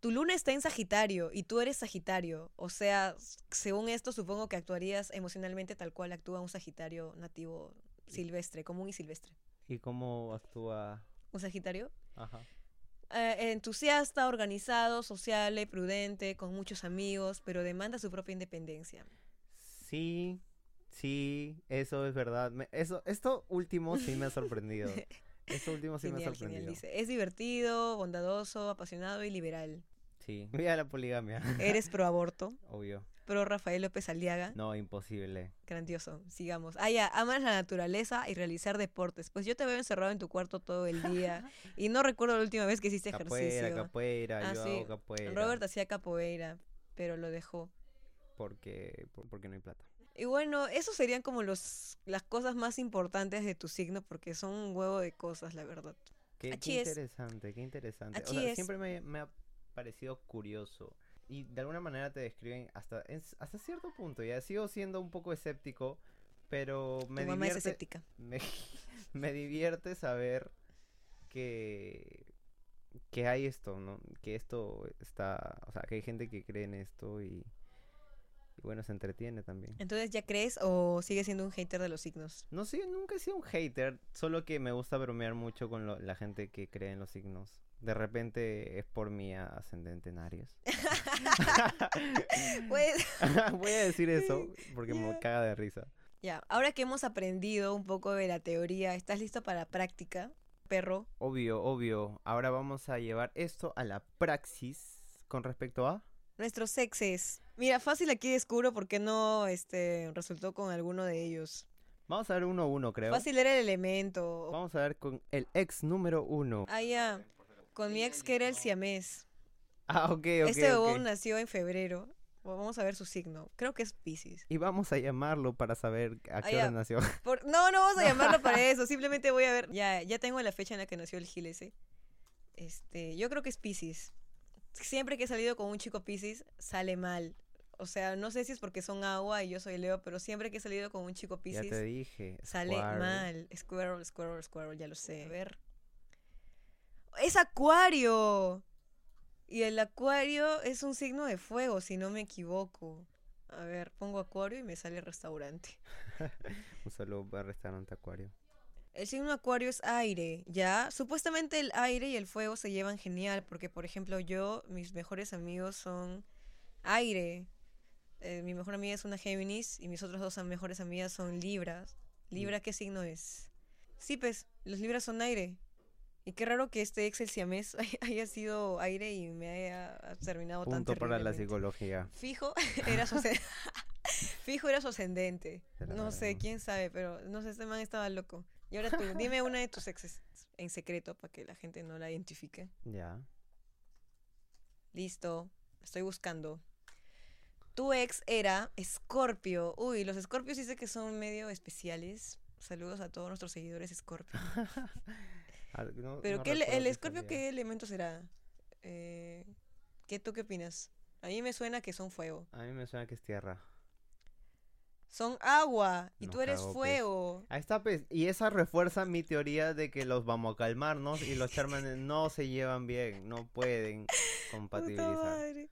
Speaker 2: Tu luna está en Sagitario y tú eres Sagitario. O sea, s- según esto, supongo que actuarías emocionalmente tal cual actúa un Sagitario nativo silvestre, común y silvestre.
Speaker 1: Y cómo actúa.
Speaker 2: ¿Un Sagitario?
Speaker 1: Ajá.
Speaker 2: eh, entusiasta, organizado, sociable, prudente, con muchos amigos, pero demanda su propia independencia.
Speaker 1: Sí, sí, eso es verdad. Me- eso, esto último sí me ha sorprendido. Esto último sí me ha
Speaker 2: Genial, genial.
Speaker 1: sorprendido.
Speaker 2: Dice, es divertido, bondadoso, apasionado y liberal.
Speaker 1: Sí. Mira la poligamia.
Speaker 2: Eres pro aborto,
Speaker 1: Obvio.
Speaker 2: pro Rafael López Aliaga.
Speaker 1: No, imposible.
Speaker 2: Grandioso, sigamos. Ah, ya, amas la naturaleza y realizar deportes. Pues yo te veo encerrado en tu cuarto todo el día y no recuerdo la última vez que hiciste
Speaker 1: Capoeira,
Speaker 2: ejercicio.
Speaker 1: capoeira,
Speaker 2: Ah,
Speaker 1: yo
Speaker 2: sí.
Speaker 1: hago capoeira.
Speaker 2: Robert hacía capoeira, pero lo dejó.
Speaker 1: Porque, por- porque no hay plata.
Speaker 2: Y bueno, esos serían como los, las cosas más importantes de tu signo porque son un huevo de cosas, la verdad.
Speaker 1: Qué, qué
Speaker 2: Achí es.
Speaker 1: interesante, qué interesante. O
Speaker 2: Achí
Speaker 1: sea,
Speaker 2: es.
Speaker 1: siempre me, me ha parecido curioso. Y de alguna manera te describen hasta, es- hasta cierto punto. Ya sigo siendo un poco escéptico, pero me
Speaker 2: tu mamá es
Speaker 1: divierte-
Speaker 2: escéptica.
Speaker 1: Me, me divierte saber que, que hay esto, ¿no? Que esto está. O sea, que hay gente que cree en esto y, y bueno, se entretiene también.
Speaker 2: Entonces, ¿ya crees o sigues siendo un hater de los signos?
Speaker 1: No sé, nunca he sido un hater, solo que me gusta bromear mucho con lo- la gente que cree en los signos. De repente es por mi a- ascendente en Aries.
Speaker 2: Pues,
Speaker 1: Voy a decir eso porque me
Speaker 2: Ya.
Speaker 1: caga de risa.
Speaker 2: Ya, ahora que hemos aprendido un poco de la teoría, ¿estás listo para la práctica? perro.
Speaker 1: Obvio, obvio. Ahora vamos a llevar esto a la praxis con respecto a...
Speaker 2: Nuestros sexes. Mira, fácil aquí descubro por qué no este, resultó con alguno de ellos.
Speaker 1: Vamos a ver uno a uno, creo.
Speaker 2: Fácil era el elemento.
Speaker 1: Vamos a ver con el ex número uno.
Speaker 2: Ah, ya. Con mi ex que era el siamés.
Speaker 1: Ah, ok, ok.
Speaker 2: este
Speaker 1: ok.
Speaker 2: huevón nació en febrero. Bueno, Vamos a ver su signo. Creo que es Pisces.
Speaker 1: Y vamos a llamarlo para saber a qué
Speaker 2: Ah,
Speaker 1: hora
Speaker 2: ya.
Speaker 1: nació.
Speaker 2: Por- No, no vamos a llamarlo para eso. Simplemente voy a ver. Ya, ya tengo la fecha en la que nació el Gil ese. Este, yo creo que es Pisces. Siempre que he salido con un chico Pisces, sale mal. O sea, no sé si es porque son agua y yo soy Leo, pero siempre que he salido con un chico
Speaker 1: Ya te
Speaker 2: Pisces,
Speaker 1: dije.
Speaker 2: sale
Speaker 1: Squirrel.
Speaker 2: mal. Squirrel, Squirrel, Squirrel, ya lo sé. A ver. ¡Es Acuario! Y el Acuario es un signo de fuego, si no me equivoco. A ver, pongo Acuario y me sale restaurante.
Speaker 1: Un saludo para restaurante Acuario.
Speaker 2: El signo Acuario es aire, ¿ya? Supuestamente el aire y el fuego se llevan genial, porque por ejemplo yo, mis mejores amigos son aire. Eh, mi mejor amiga es una Géminis y mis otras dos am- mejores amigas son Libras. ¿Libra qué signo es? Sí, pues, los Libras son aire. Y qué raro que este ex, el siamés, haya sido aire y me haya terminado tan
Speaker 1: Punto para la
Speaker 2: terriblemente.
Speaker 1: psicología.
Speaker 2: Fijo era su ascen- Fijo era su ascendente.
Speaker 1: De la
Speaker 2: No sé,
Speaker 1: verga.
Speaker 2: quién sabe, pero no sé, este man estaba loco. Y ahora tú, dime una de tus exes en secreto para que la gente no la identifique.
Speaker 1: Ya.
Speaker 2: Listo, estoy buscando. Tu ex era Escorpio. Uy, los Escorpios dice que son medio especiales. Saludos a todos nuestros seguidores Escorpio.
Speaker 1: Ah, no-
Speaker 2: Pero
Speaker 1: no
Speaker 2: ¿qué ele-
Speaker 1: recuerdo
Speaker 2: el
Speaker 1: qué
Speaker 2: Escorpio
Speaker 1: salía.
Speaker 2: qué elemento será? Eh, ¿qué, ¿Tú qué opinas? A mí me suena que son fuego.
Speaker 1: A mí me suena que es tierra.
Speaker 2: Son agua y
Speaker 1: No
Speaker 2: tú eres
Speaker 1: cago, pues.
Speaker 2: fuego.
Speaker 1: Ahí está, pues, Y esa refuerza mi teoría de que los vamos a calmarnos y los Charmander no se llevan bien, no pueden
Speaker 2: Puta
Speaker 1: compatibilizar.
Speaker 2: madre.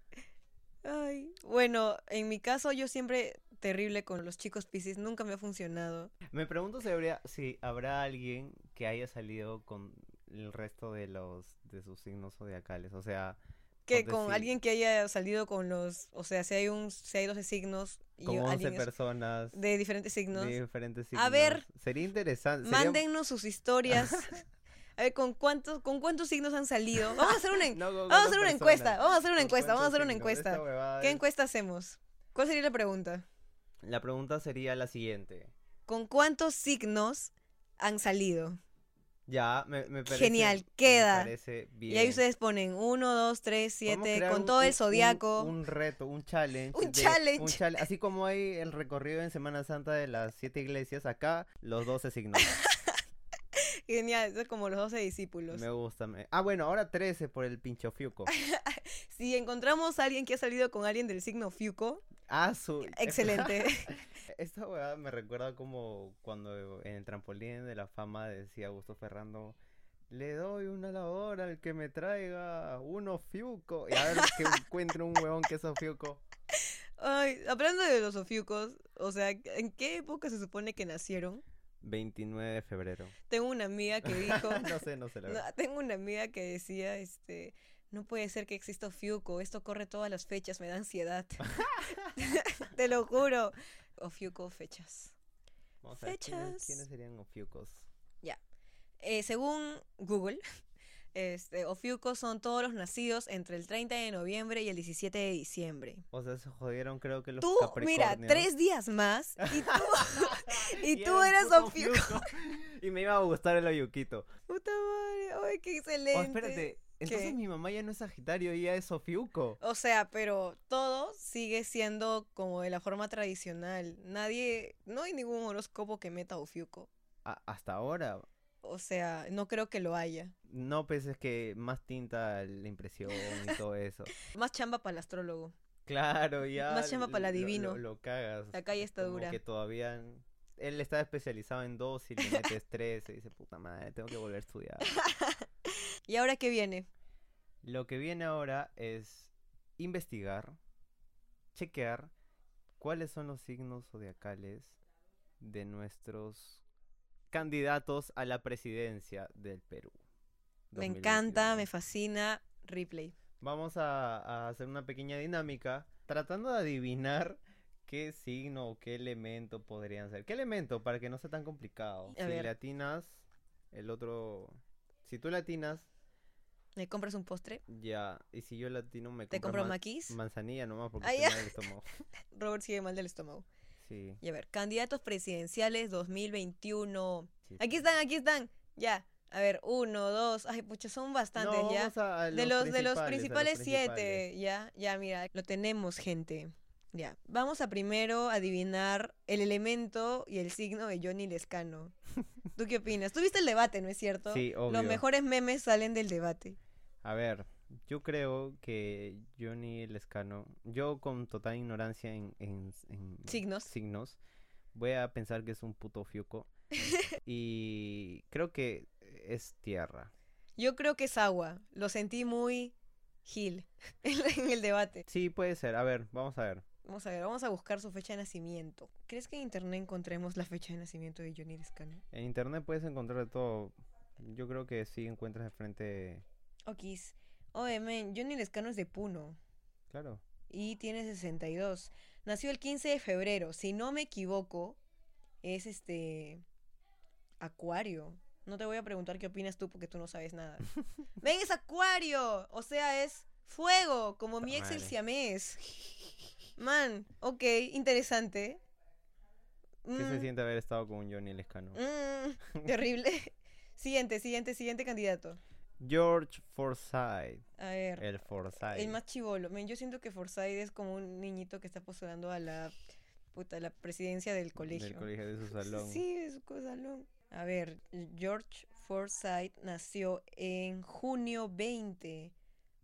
Speaker 2: Ay. Bueno, en mi caso yo siempre terrible con los chicos Pisces, nunca me ha funcionado.
Speaker 1: Me pregunto si habría, si habrá alguien que haya salido con el resto de los de sus signos zodiacales, o sea,
Speaker 2: Que
Speaker 1: Ponte
Speaker 2: con
Speaker 1: si-
Speaker 2: alguien que haya salido con los, o sea, si hay un, si hay 12 signos y
Speaker 1: con 11
Speaker 2: alguien es-
Speaker 1: personas
Speaker 2: de diferentes signos,
Speaker 1: de diferentes signos.
Speaker 2: A ver,
Speaker 1: sería interesante. sería-
Speaker 2: mándennos sus historias. a ver con cuántos con cuántos signos han salido. Vamos a hacer una en-
Speaker 1: No, con-
Speaker 2: vamos a
Speaker 1: con
Speaker 2: hacer una
Speaker 1: personas.
Speaker 2: encuesta, vamos a hacer una
Speaker 1: Con
Speaker 2: encuesta, vamos a
Speaker 1: cuántos
Speaker 2: hacer una
Speaker 1: signos. Esta
Speaker 2: encuesta.
Speaker 1: huevada
Speaker 2: ¿Qué
Speaker 1: es-
Speaker 2: encuesta hacemos? ¿Cuál sería la pregunta?
Speaker 1: La pregunta sería la siguiente.
Speaker 2: ¿Con cuántos signos han salido?
Speaker 1: Ya, me, me parece.
Speaker 2: Genial,
Speaker 1: me
Speaker 2: queda.
Speaker 1: parece
Speaker 2: Y ahí
Speaker 1: bien.
Speaker 2: ustedes ponen 1, 2, 3,
Speaker 1: Podemos
Speaker 2: 7,
Speaker 1: crear
Speaker 2: con
Speaker 1: un-
Speaker 2: todo
Speaker 1: un-
Speaker 2: el
Speaker 1: un-
Speaker 2: zodiaco.
Speaker 1: Un, reto, un challenge.
Speaker 2: Un
Speaker 1: de-
Speaker 2: challenge.
Speaker 1: un chale- Así como hay el recorrido en Semana Santa de las siete iglesias, acá los 12 signos.
Speaker 2: Genial, son como los 12 discípulos.
Speaker 1: me gusta. me- Ah, bueno, ahora 13 por el pincho fiuco.
Speaker 2: Si encontramos a alguien que ha salido con alguien del signo Fiuco,
Speaker 1: Ah, su...
Speaker 2: excelente.
Speaker 1: Esta weá me recuerda como cuando en el trampolín de la fama decía Augusto Ferrando. Le doy una labor al que me traiga uno fiuco. Y a ver que encuentre un huevón que es fiuco.
Speaker 2: Ay, hablando de los Ofiucos, o sea, ¿en qué época se supone que nacieron?
Speaker 1: 29 de febrero.
Speaker 2: Tengo una amiga que dijo,
Speaker 1: no sé, no sé la
Speaker 2: No,
Speaker 1: verdad.
Speaker 2: tengo una amiga que decía, este, no puede ser que exista Ofiuco, esto corre todas las fechas, me da ansiedad. Te lo juro. Ofiuco fechas.
Speaker 1: Vamos a ver quiénes-
Speaker 2: Fechas.
Speaker 1: ¿Quiénes serían ofiucos?
Speaker 2: Eh, según Google, este, Ofiuco son todos los nacidos entre el 30 de noviembre y el 17 de diciembre.
Speaker 1: O sea, se jodieron creo que los
Speaker 2: Tú, mira,
Speaker 1: Capricornios.
Speaker 2: tres días más y tú, y tú
Speaker 1: era un
Speaker 2: eras
Speaker 1: puto
Speaker 2: Ofiuco.
Speaker 1: Y me iba a gustar el oyuquito.
Speaker 2: Puta madre, ay, qué excelente.
Speaker 1: Oh, espérate, entonces mi mamá ya no es Sagitario, ella es Ofiuco.
Speaker 2: O sea, pero todo sigue siendo como de la forma tradicional. Nadie, no hay ningún horóscopo que meta Ofiuco.
Speaker 1: A- hasta ahora.
Speaker 2: O sea, no creo que lo haya.
Speaker 1: No, pues es que más tinta la impresión y todo eso.
Speaker 2: Más chamba para el astrólogo.
Speaker 1: Claro, ya.
Speaker 2: Más chamba
Speaker 1: l-
Speaker 2: para la
Speaker 1: lo-
Speaker 2: adivino.
Speaker 1: Lo, lo cagas.
Speaker 2: La calle está
Speaker 1: Como
Speaker 2: dura.
Speaker 1: que todavía. Él está especializado en dos y le metes tres. Y dice, puta madre, tengo que volver a estudiar.
Speaker 2: ¿Y ahora qué viene?
Speaker 1: Lo que viene ahora es investigar, chequear cuáles son los signos zodiacales de nuestros candidatos a la presidencia del Perú.
Speaker 2: Me encanta,
Speaker 1: 2021.
Speaker 2: me fascina. Replay.
Speaker 1: Vamos a, a hacer una pequeña dinámica tratando de adivinar qué signo o qué elemento podrían ser. ¿Qué elemento? Para que no sea tan complicado.
Speaker 2: A
Speaker 1: si
Speaker 2: ver.
Speaker 1: le atinas, el otro Si tú latinas,
Speaker 2: ¿Le compras un postre?
Speaker 1: ya. Y si yo latino, me
Speaker 2: ¿Te
Speaker 1: compro
Speaker 2: compro
Speaker 1: man-
Speaker 2: maquis?
Speaker 1: manzanilla nomás porque
Speaker 2: Ah,
Speaker 1: estoy
Speaker 2: ya.
Speaker 1: mal del estómago.
Speaker 2: Robert sigue mal del estómago.
Speaker 1: Sí.
Speaker 2: Y a ver, candidatos presidenciales 2021.
Speaker 1: sí,
Speaker 2: Aquí
Speaker 1: sí.
Speaker 2: están, aquí están. Ya. A ver, uno, dos. Ay, pucha, son
Speaker 1: No,
Speaker 2: bastantes ya.
Speaker 1: vamos a- a
Speaker 2: De los, de los
Speaker 1: a
Speaker 2: principales
Speaker 1: principales.
Speaker 2: siete, ya, ya, mira, lo tenemos, gente. Ya, vamos a primero adivinar el elemento y el signo de Johnny Lescano. ¿Tú qué opinas? Tú viste el debate, ¿no es cierto?
Speaker 1: Sí, obvio.
Speaker 2: Los mejores memes salen del debate.
Speaker 1: A ver, yo creo que Johnny Lescano, yo con total ignorancia en, en- en
Speaker 2: Signos.
Speaker 1: signos, voy a pensar que es un puto fiuco. y creo que es tierra.
Speaker 2: Yo creo que es agua. Lo sentí muy Gil en la- en el debate.
Speaker 1: Sí, puede ser. A ver, vamos a ver.
Speaker 2: Vamos a ver, vamos a buscar su fecha de nacimiento. ¿Crees que en internet encontremos la fecha de nacimiento de Johnny Lescano?
Speaker 1: En internet puedes encontrar de todo. Yo creo que sí encuentras de frente.
Speaker 2: Okis. Oye, men, Johnny Lescano es de Puno.
Speaker 1: Claro.
Speaker 2: y tiene 62. Nació el 15 de febrero, si no me equivoco, es este Acuario. No te voy a preguntar qué opinas tú porque tú no sabes nada. Ven, es Acuario, o sea, es fuego, como mi ex el
Speaker 1: Madre.
Speaker 2: siamés. Man, ok, interesante.
Speaker 1: ¿Qué se
Speaker 2: Mm,
Speaker 1: siente haber estado con un Johnny Lescano?
Speaker 2: mm, terrible. siguiente, siguiente, siguiente candidato.
Speaker 1: George Forsyth.
Speaker 2: A ver.
Speaker 1: El Forsyth.
Speaker 2: El más chivolo. Men, yo siento que Forsyth es como un niñito que está postulando a la puta, la presidencia del colegio.
Speaker 1: Del colegio de su salón.
Speaker 2: Sí, es su co- salón. A ver, George Forsyth nació en junio 20.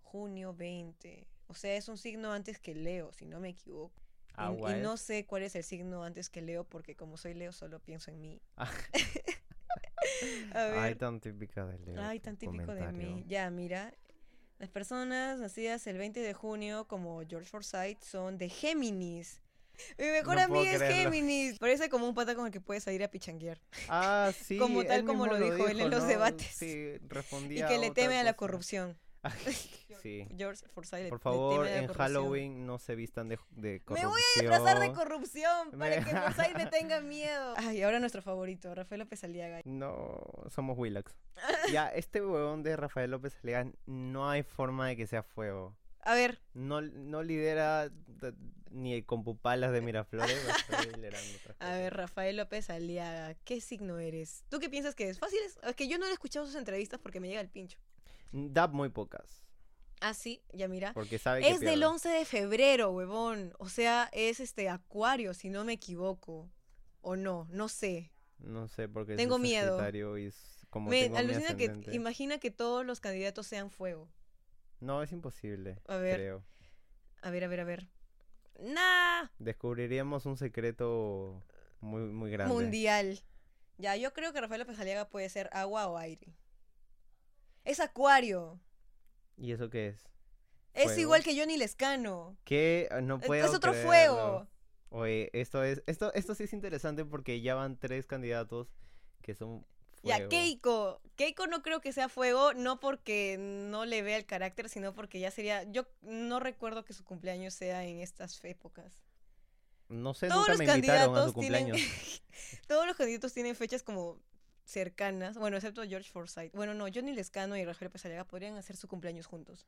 Speaker 2: Junio 20. O sea, es un signo antes que Leo, si no me equivoco. Y-
Speaker 1: Agua ¿eh?
Speaker 2: y
Speaker 1: es.
Speaker 2: no sé cuál es el signo antes que Leo, porque como soy Leo, solo pienso en mí.
Speaker 1: Ah.
Speaker 2: A
Speaker 1: Ay,
Speaker 2: ver.
Speaker 1: tan típica de Leo.
Speaker 2: Ay,
Speaker 1: tu
Speaker 2: tan típico de
Speaker 1: eh,
Speaker 2: mí.
Speaker 1: comentario.
Speaker 2: Ya, mira. Las personas nacidas el 20 de junio, como George Forsyth, son de Géminis. Mi mejor
Speaker 1: No puedo
Speaker 2: amiga es
Speaker 1: creerlo.
Speaker 2: Géminis. Parece como un pata con el que puedes salir a pichanguear.
Speaker 1: Ah, sí.
Speaker 2: Como tal
Speaker 1: él
Speaker 2: como
Speaker 1: mismo
Speaker 2: lo dijo él en los debates.
Speaker 1: Sí,
Speaker 2: Y
Speaker 1: respondía.
Speaker 2: que le
Speaker 1: otra
Speaker 2: teme a la
Speaker 1: cosa.
Speaker 2: corrupción.
Speaker 1: Ah, sí.
Speaker 2: George Forsyth le-
Speaker 1: Por
Speaker 2: le
Speaker 1: favor,
Speaker 2: teme a la
Speaker 1: en
Speaker 2: corrupción.
Speaker 1: Halloween no se vistan de, de corrupción.
Speaker 2: Me voy a disfrazar de corrupción para
Speaker 1: Me-
Speaker 2: que Forsyth le tenga miedo. Ay, ahora nuestro favorito, Rafael López Aliaga.
Speaker 1: No, somos Willax. ya, este huevón de Rafael López Leán no hay forma de que sea fuego.
Speaker 2: A ver,
Speaker 1: No, no lidera d- ni con pupalas de Miraflores. va a estar liderando otras
Speaker 2: Eh. A ver,
Speaker 1: cosas.
Speaker 2: Rafael López Aliaga, ¿qué signo eres? ¿Tú qué piensas que es? ¿Fácil es? Es que yo no he escuchado sus entrevistas porque me llega el pincho.
Speaker 1: Da muy pocas.
Speaker 2: Ah, sí, ya mira.
Speaker 1: Porque sabe que
Speaker 2: Es del
Speaker 1: pierde.
Speaker 2: 11 de febrero, huevón. O sea, es este Acuario, si no me equivoco. O no, no sé.
Speaker 1: No sé, porque es
Speaker 2: Tengo
Speaker 1: de
Speaker 2: miedo.
Speaker 1: Sagitario y es- como
Speaker 2: Men,
Speaker 1: tengo mi
Speaker 2: alucina que,
Speaker 1: ascendente.
Speaker 2: imagina que todos los candidatos sean fuego.
Speaker 1: No, es imposible,
Speaker 2: A ver.
Speaker 1: creo.
Speaker 2: A ver, a ver, a ver. ¡Nah!
Speaker 1: Descubriríamos un secreto muy, muy grande.
Speaker 2: Mundial. Ya, yo creo que Rafael López Aliaga puede ser agua o aire. Es Acuario.
Speaker 1: ¿Y eso qué es?
Speaker 2: Es
Speaker 1: Fuego.
Speaker 2: igual que Johnny Lescano.
Speaker 1: ¿Qué? Ah, No
Speaker 2: Es-
Speaker 1: puedo
Speaker 2: es otro
Speaker 1: creerlo.
Speaker 2: fuego.
Speaker 1: Oye, esto es, esto, esto sí es interesante porque ya van tres candidatos que son
Speaker 2: Ya,
Speaker 1: fuego.
Speaker 2: Keiko. Keiko no creo que sea fuego, no porque no le vea el carácter, sino porque ya sería. Yo no recuerdo que su cumpleaños sea en estas épocas.
Speaker 1: No sé,
Speaker 2: Todos
Speaker 1: nunca
Speaker 2: los
Speaker 1: me invitaron a
Speaker 2: candidatos
Speaker 1: su
Speaker 2: tienen.
Speaker 1: cumpleaños.
Speaker 2: Todos los candidatos tienen fechas como cercanas. Bueno, excepto George Forsyth. Bueno, no, Johnny Lescano y Rafael Pesalaga podrían hacer su cumpleaños juntos.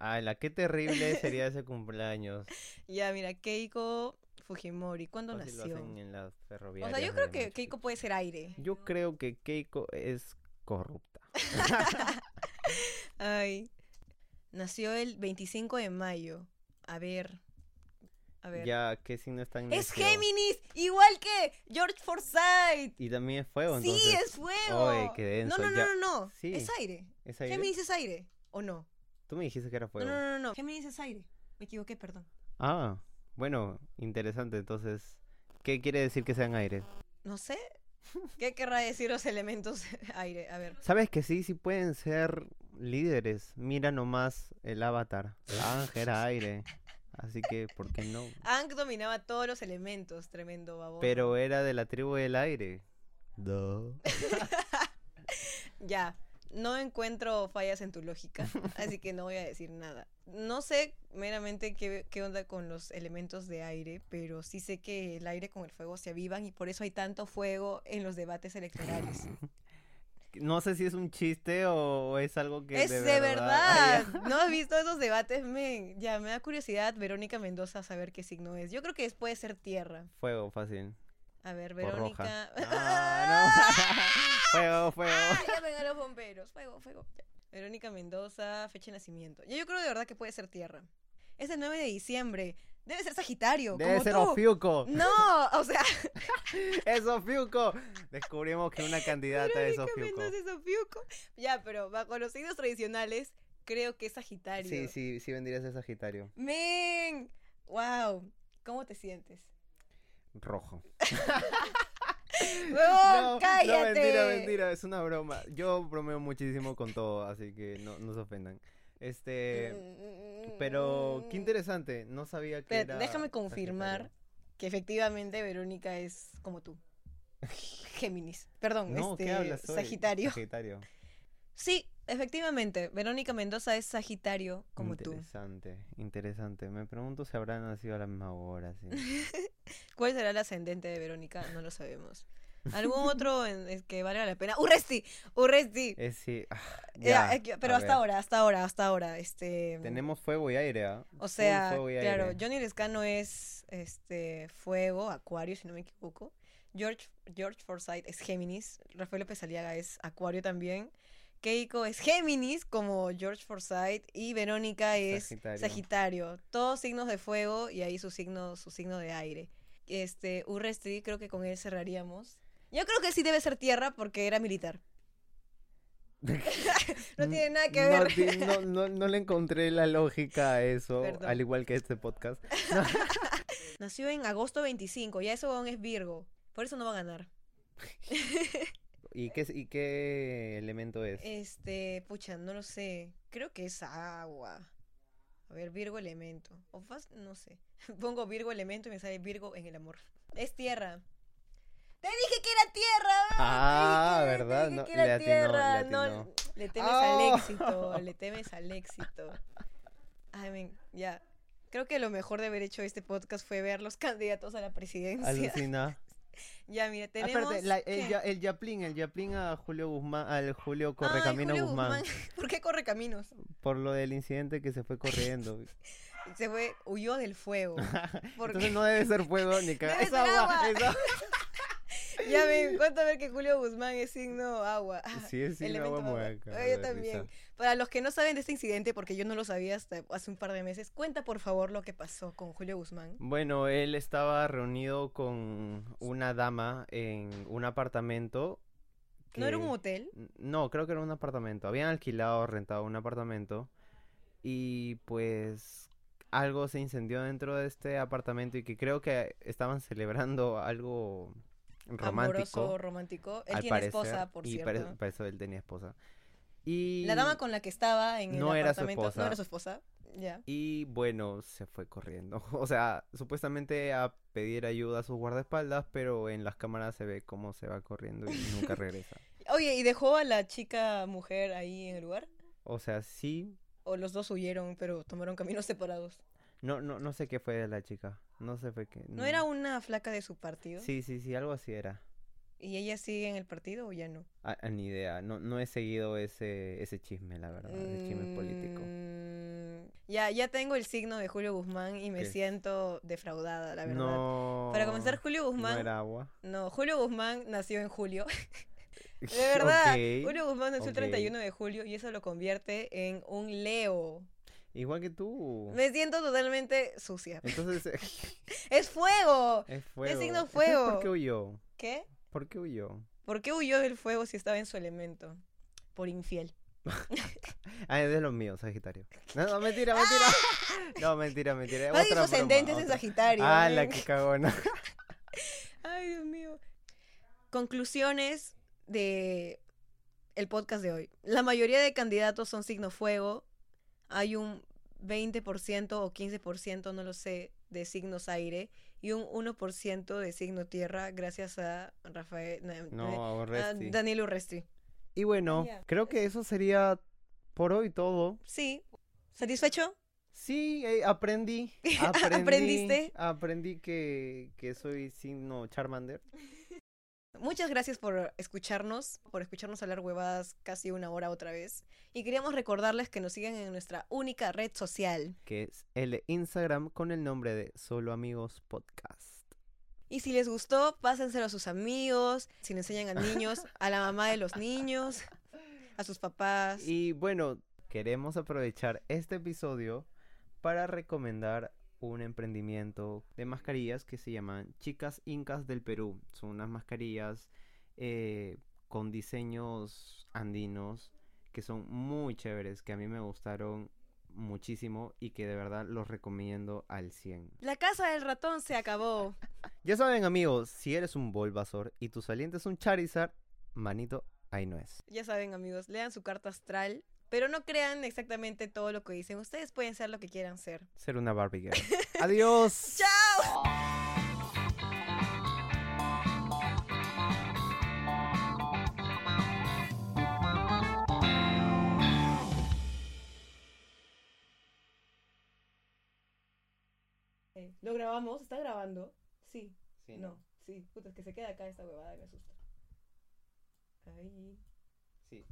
Speaker 1: Ay, la qué terrible sería ese cumpleaños.
Speaker 2: Ya, mira, Keiko Fujimori. ¿Cuándo
Speaker 1: Fácil lo
Speaker 2: nació?
Speaker 1: hacen en las
Speaker 2: O
Speaker 1: ferroviarias
Speaker 2: sea, yo
Speaker 1: de
Speaker 2: creo que
Speaker 1: Machu
Speaker 2: Keiko
Speaker 1: Picchu.
Speaker 2: puede ser aire.
Speaker 1: Yo creo que Keiko es corrupta.
Speaker 2: Ay. Nació el 25 de mayo. A ver. A ver.
Speaker 1: Ya, ¿qué signo es tan
Speaker 2: Es
Speaker 1: necio?
Speaker 2: Géminis, igual que George Forsyth.
Speaker 1: Y también es fuego,
Speaker 2: sí,
Speaker 1: entonces.
Speaker 2: es fuego.
Speaker 1: Oye, qué denso,
Speaker 2: no, no,
Speaker 1: ya.
Speaker 2: no, no, no.
Speaker 1: Sí.
Speaker 2: Es aire.
Speaker 1: ¿Es aire?
Speaker 2: Géminis es aire. ¿O no?
Speaker 1: Tú me dijiste que era
Speaker 2: No,
Speaker 1: fuego.
Speaker 2: no, no, no. Géminis es aire. Me equivoqué, perdón.
Speaker 1: Ah, bueno, interesante. Entonces, ¿qué quiere decir que sean aire?
Speaker 2: No sé. ¿Qué querrá decir los elementos aire? A ver.
Speaker 1: ¿Sabes que sí? Sí pueden ser líderes. Mira nomás el avatar. Ángel era aire. Así que, ¿por qué no?
Speaker 2: Ang dominaba todos los elementos, tremendo babón.
Speaker 1: Pero era de la tribu del aire. Duh.
Speaker 2: Ya, no encuentro fallas en tu lógica, así que no voy a decir nada. No sé meramente qué, qué onda con los elementos de aire, pero sí sé que el aire con el fuego se avivan y por eso hay tanto fuego en los debates electorales.
Speaker 1: No sé si es un chiste o es algo que.
Speaker 2: Es de verdad. ¿No has visto esos debates, men? Ya, me da curiosidad, Verónica Mendoza, saber qué signo es. Yo creo que es- puede ser tierra.
Speaker 1: Fuego, fácil.
Speaker 2: A ver,
Speaker 1: Por roja.
Speaker 2: Verónica.
Speaker 1: Ah, no. fuego,
Speaker 2: ¡Ah!
Speaker 1: fuego.
Speaker 2: Ya vengan los bomberos. Fuego, fuego. Ya. Verónica Mendoza, fecha de nacimiento. Yo, yo creo de verdad que puede ser tierra. Es el 9 de diciembre. Debe ser Sagitario.
Speaker 1: Debe
Speaker 2: como
Speaker 1: ser
Speaker 2: tú.
Speaker 1: Ofiuco.
Speaker 2: No, o sea,
Speaker 1: Es Ofiuco. Descubrimos que una candidata es
Speaker 2: Verónica
Speaker 1: Ofiuco.
Speaker 2: Mendoza es Ofiuco. Ya, pero bajo los signos tradicionales, creo que es Sagitario.
Speaker 1: Sí, sí, sí vendría a ser Sagitario.
Speaker 2: Men, wow, ¿cómo te sientes?
Speaker 1: Rojo.
Speaker 2: ¡Huevón,
Speaker 1: no,
Speaker 2: ¡Oh, cállate!
Speaker 1: No, mentira, mentira, es una broma. Yo bromeo muchísimo con todo, así que no, no se ofendan.
Speaker 2: Mm,
Speaker 1: Este, pero qué interesante, no sabía que
Speaker 2: Espera,
Speaker 1: era
Speaker 2: Mm. déjame confirmar que efectivamente Verónica es como tú. Géminis. Perdón,
Speaker 1: Sagitario. No,
Speaker 2: este,
Speaker 1: ¿qué hablas? Soy
Speaker 2: Sagitario.
Speaker 1: Sagitario.
Speaker 2: Sí, efectivamente, Verónica Mendoza es Sagitario como tú.
Speaker 1: interesante, interesante. Me pregunto si habrán nacido a la misma hora, sí.
Speaker 2: ¿Cuál será el ascendente de Verónica? No lo sabemos. ¿Algún otro en- en que valga la pena? ¡Urresti! ¡Urresti!
Speaker 1: Es sí. ah,
Speaker 2: Eh,
Speaker 1: ya,
Speaker 2: eh, pero
Speaker 1: a
Speaker 2: hasta
Speaker 1: ver.
Speaker 2: ahora, hasta ahora, hasta ahora, este...
Speaker 1: Tenemos fuego y aire, ¿ah?
Speaker 2: O
Speaker 1: Full
Speaker 2: sea,
Speaker 1: fuego y
Speaker 2: claro,
Speaker 1: aire.
Speaker 2: Johnny Lescano es este fuego, acuario, si no me equivoco. George, George Forsyth es Géminis. Rafael López Aliaga es acuario también. Keiko es Géminis, como George Forsyth. Y Verónica es
Speaker 1: Sagitario.
Speaker 2: Sagitario. Todos signos de fuego y ahí su signo, su signo de aire. Este, Urresti, creo que con él cerraríamos. Yo creo que sí debe ser tierra porque era militar. No tiene nada que
Speaker 1: Mm, No
Speaker 2: ver.
Speaker 1: ti- No, no- no le encontré la lógica a eso,
Speaker 2: Perdón.
Speaker 1: al igual que este podcast.
Speaker 2: Nació en agosto 25, ya eso es Virgo. Por eso no va a ganar.
Speaker 1: ¿Y qué, es- y qué elemento es?
Speaker 2: Este, pucha, no lo sé. Creo que es agua. A ver, Virgo elemento. O fas- no sé. Pongo Virgo elemento y me sale Virgo en el amor. Es tierra. ¡Te dije que era
Speaker 1: Ah,
Speaker 2: tierra! ¡Te dije- te
Speaker 1: ¿verdad?
Speaker 2: dije
Speaker 1: No,
Speaker 2: que era
Speaker 1: le atinó, le
Speaker 2: tierra!
Speaker 1: atinó.
Speaker 2: No, le temes
Speaker 1: ¡Oh!
Speaker 2: al éxito, le temes al éxito. Ay, men, ya. Creo que lo mejor de haber hecho este podcast fue ver los candidatos a la presidencia.
Speaker 1: Alucina.
Speaker 2: Ya, mira,
Speaker 1: Ah,
Speaker 2: tenemos...
Speaker 1: espérate, la-
Speaker 2: ¿qué?
Speaker 1: el, ya- el Yaplín, el Yaplín a Julio Guzmán, al Julio
Speaker 2: Ay,
Speaker 1: Correcamino
Speaker 2: Julio
Speaker 1: Guzmán,
Speaker 2: ¿Por qué corre caminos?
Speaker 1: por lo del incidente que se fue corriendo.
Speaker 2: se fue, huyó del fuego. Porque
Speaker 1: Entonces no debe ser fuego ni cagar.
Speaker 2: Debe
Speaker 1: Es
Speaker 2: ser
Speaker 1: agua,
Speaker 2: agua.
Speaker 1: es agua.
Speaker 2: ya ven, cuánto ver que Julio Guzmán es signo agua. Ah,
Speaker 1: Sí, es signo
Speaker 2: elemento
Speaker 1: agua, me voy a cagar
Speaker 2: Ay, Yo
Speaker 1: de
Speaker 2: también.
Speaker 1: risa.
Speaker 2: Para los que no saben de este incidente, porque yo no lo sabía hasta hace un par de meses, cuenta por favor lo que pasó con Julio Guzmán.
Speaker 1: Bueno, él estaba reunido con una dama en un apartamento.
Speaker 2: ¿No era un
Speaker 1: que-
Speaker 2: hotel?
Speaker 1: N- No, creo que era un apartamento. Habían alquilado, rentado un apartamento. Y pues algo se incendió dentro de este apartamento y que creo que estaban celebrando algo romántico.
Speaker 2: Amoroso, romántico. Él
Speaker 1: al
Speaker 2: tiene
Speaker 1: parecer,
Speaker 2: esposa, por
Speaker 1: y
Speaker 2: cierto.
Speaker 1: pare- por eso él tenía esposa. Y,
Speaker 2: La dama con la que estaba en
Speaker 1: No
Speaker 2: el
Speaker 1: era su
Speaker 2: apartamento
Speaker 1: esposa.
Speaker 2: no era su esposa. Ya.
Speaker 1: y bueno, se fue corriendo. O sea, supuestamente a pedir ayuda a sus guardaespaldas, pero en las cámaras se ve cómo se va corriendo y nunca regresa.
Speaker 2: Oye, ¿y dejó a la chica mujer ahí en el lugar?
Speaker 1: O sea, sí,
Speaker 2: ¿O los dos huyeron, pero tomaron caminos separados?
Speaker 1: no, no, no sé qué fue de la chica. No sé fue qué.
Speaker 2: ¿No era una flaca de su partido?
Speaker 1: Sí, sí, sí, algo así era.
Speaker 2: ¿Y ella sigue en el partido o ya no?
Speaker 1: Ah, ah, ni idea, no, no he seguido ese, ese chisme, la verdad, ese chisme político.
Speaker 2: Mm, Ya, ya tengo el signo de Julio Guzmán y me
Speaker 1: ¿Qué?
Speaker 2: siento defraudada, la verdad.
Speaker 1: No.
Speaker 2: Para comenzar, Julio
Speaker 1: ¿No
Speaker 2: Guzmán. No,
Speaker 1: era agua?
Speaker 2: Julio Guzmán nació en julio. De verdad.
Speaker 1: Ok,
Speaker 2: Julio Guzmán nació
Speaker 1: ok.
Speaker 2: el 31 de julio y eso lo convierte en un Leo.
Speaker 1: Igual que tú.
Speaker 2: Me siento totalmente sucia.
Speaker 1: Entonces, eh,
Speaker 2: ¡Es fuego!
Speaker 1: es fuego.
Speaker 2: signo
Speaker 1: Entonces, ¿Por
Speaker 2: fuego.
Speaker 1: qué huyó?
Speaker 2: ¿Qué?
Speaker 1: ¿Por qué huyó?
Speaker 2: ¿Por qué huyó del fuego si estaba en su elemento? Por infiel.
Speaker 1: Ah, es de los míos, Sagitario. No, no, mentira, mentira. No, mentira, mentira.
Speaker 2: Nadie
Speaker 1: Eh, Otra
Speaker 2: sus ascendentes
Speaker 1: broma,
Speaker 2: Ah. en
Speaker 1: otra.
Speaker 2: Sagitario.
Speaker 1: Ah, la
Speaker 2: men.
Speaker 1: que cagona.
Speaker 2: Ay, Dios mío. Conclusiones de el podcast de hoy. La mayoría de candidatos son signo fuego. Hay un 20% o 15%, no lo sé, de signos aire y un 1% de signo tierra gracias a Rafael na-
Speaker 1: No,
Speaker 2: a
Speaker 1: ahorresti.
Speaker 2: Daniel Urresti.
Speaker 1: Y bueno,
Speaker 2: Ya.
Speaker 1: creo que eso sería por hoy todo.
Speaker 2: Sí. ¿Satisfecho?
Speaker 1: Sí, eh, aprendí, aprendí,
Speaker 2: ¿Aprendiste?
Speaker 1: aprendí que, que soy signo Charmander.
Speaker 2: Muchas gracias por escucharnos, por escucharnos hablar huevadas casi una hora otra vez. Y queríamos recordarles que nos sigan en nuestra única red social.
Speaker 1: que es el de Instagram con el nombre de Solo Amigos Podcast.
Speaker 2: Y si les gustó, pásenselo a sus amigos, si le enseñan a niños, a la mamá de los niños, a sus papás.
Speaker 1: Y bueno, queremos aprovechar este episodio para recomendar un emprendimiento de mascarillas que se llaman Chicas Incas del Perú. Son unas mascarillas eh, con diseños andinos que son muy chéveres, que a mí me gustaron muchísimo y que de verdad los recomiendo al 100.
Speaker 2: La casa del ratón se acabó.
Speaker 1: Ya saben amigos, si eres un Bulbasaur y tu saliente es un Charizard, manito, ahí no es.
Speaker 2: Ya saben, amigos, lean su carta astral, pero no crean exactamente todo lo que dicen. Ustedes pueden ser lo que quieran ser.
Speaker 1: Ser una Barbie Girl. Adiós.
Speaker 2: ¡Chao! Eh, ¿Lo grabamos? ¿Está grabando? Sí. no. Sí. Puta, es que se queda acá esta huevada, me asusta. Ahí.
Speaker 1: Sí.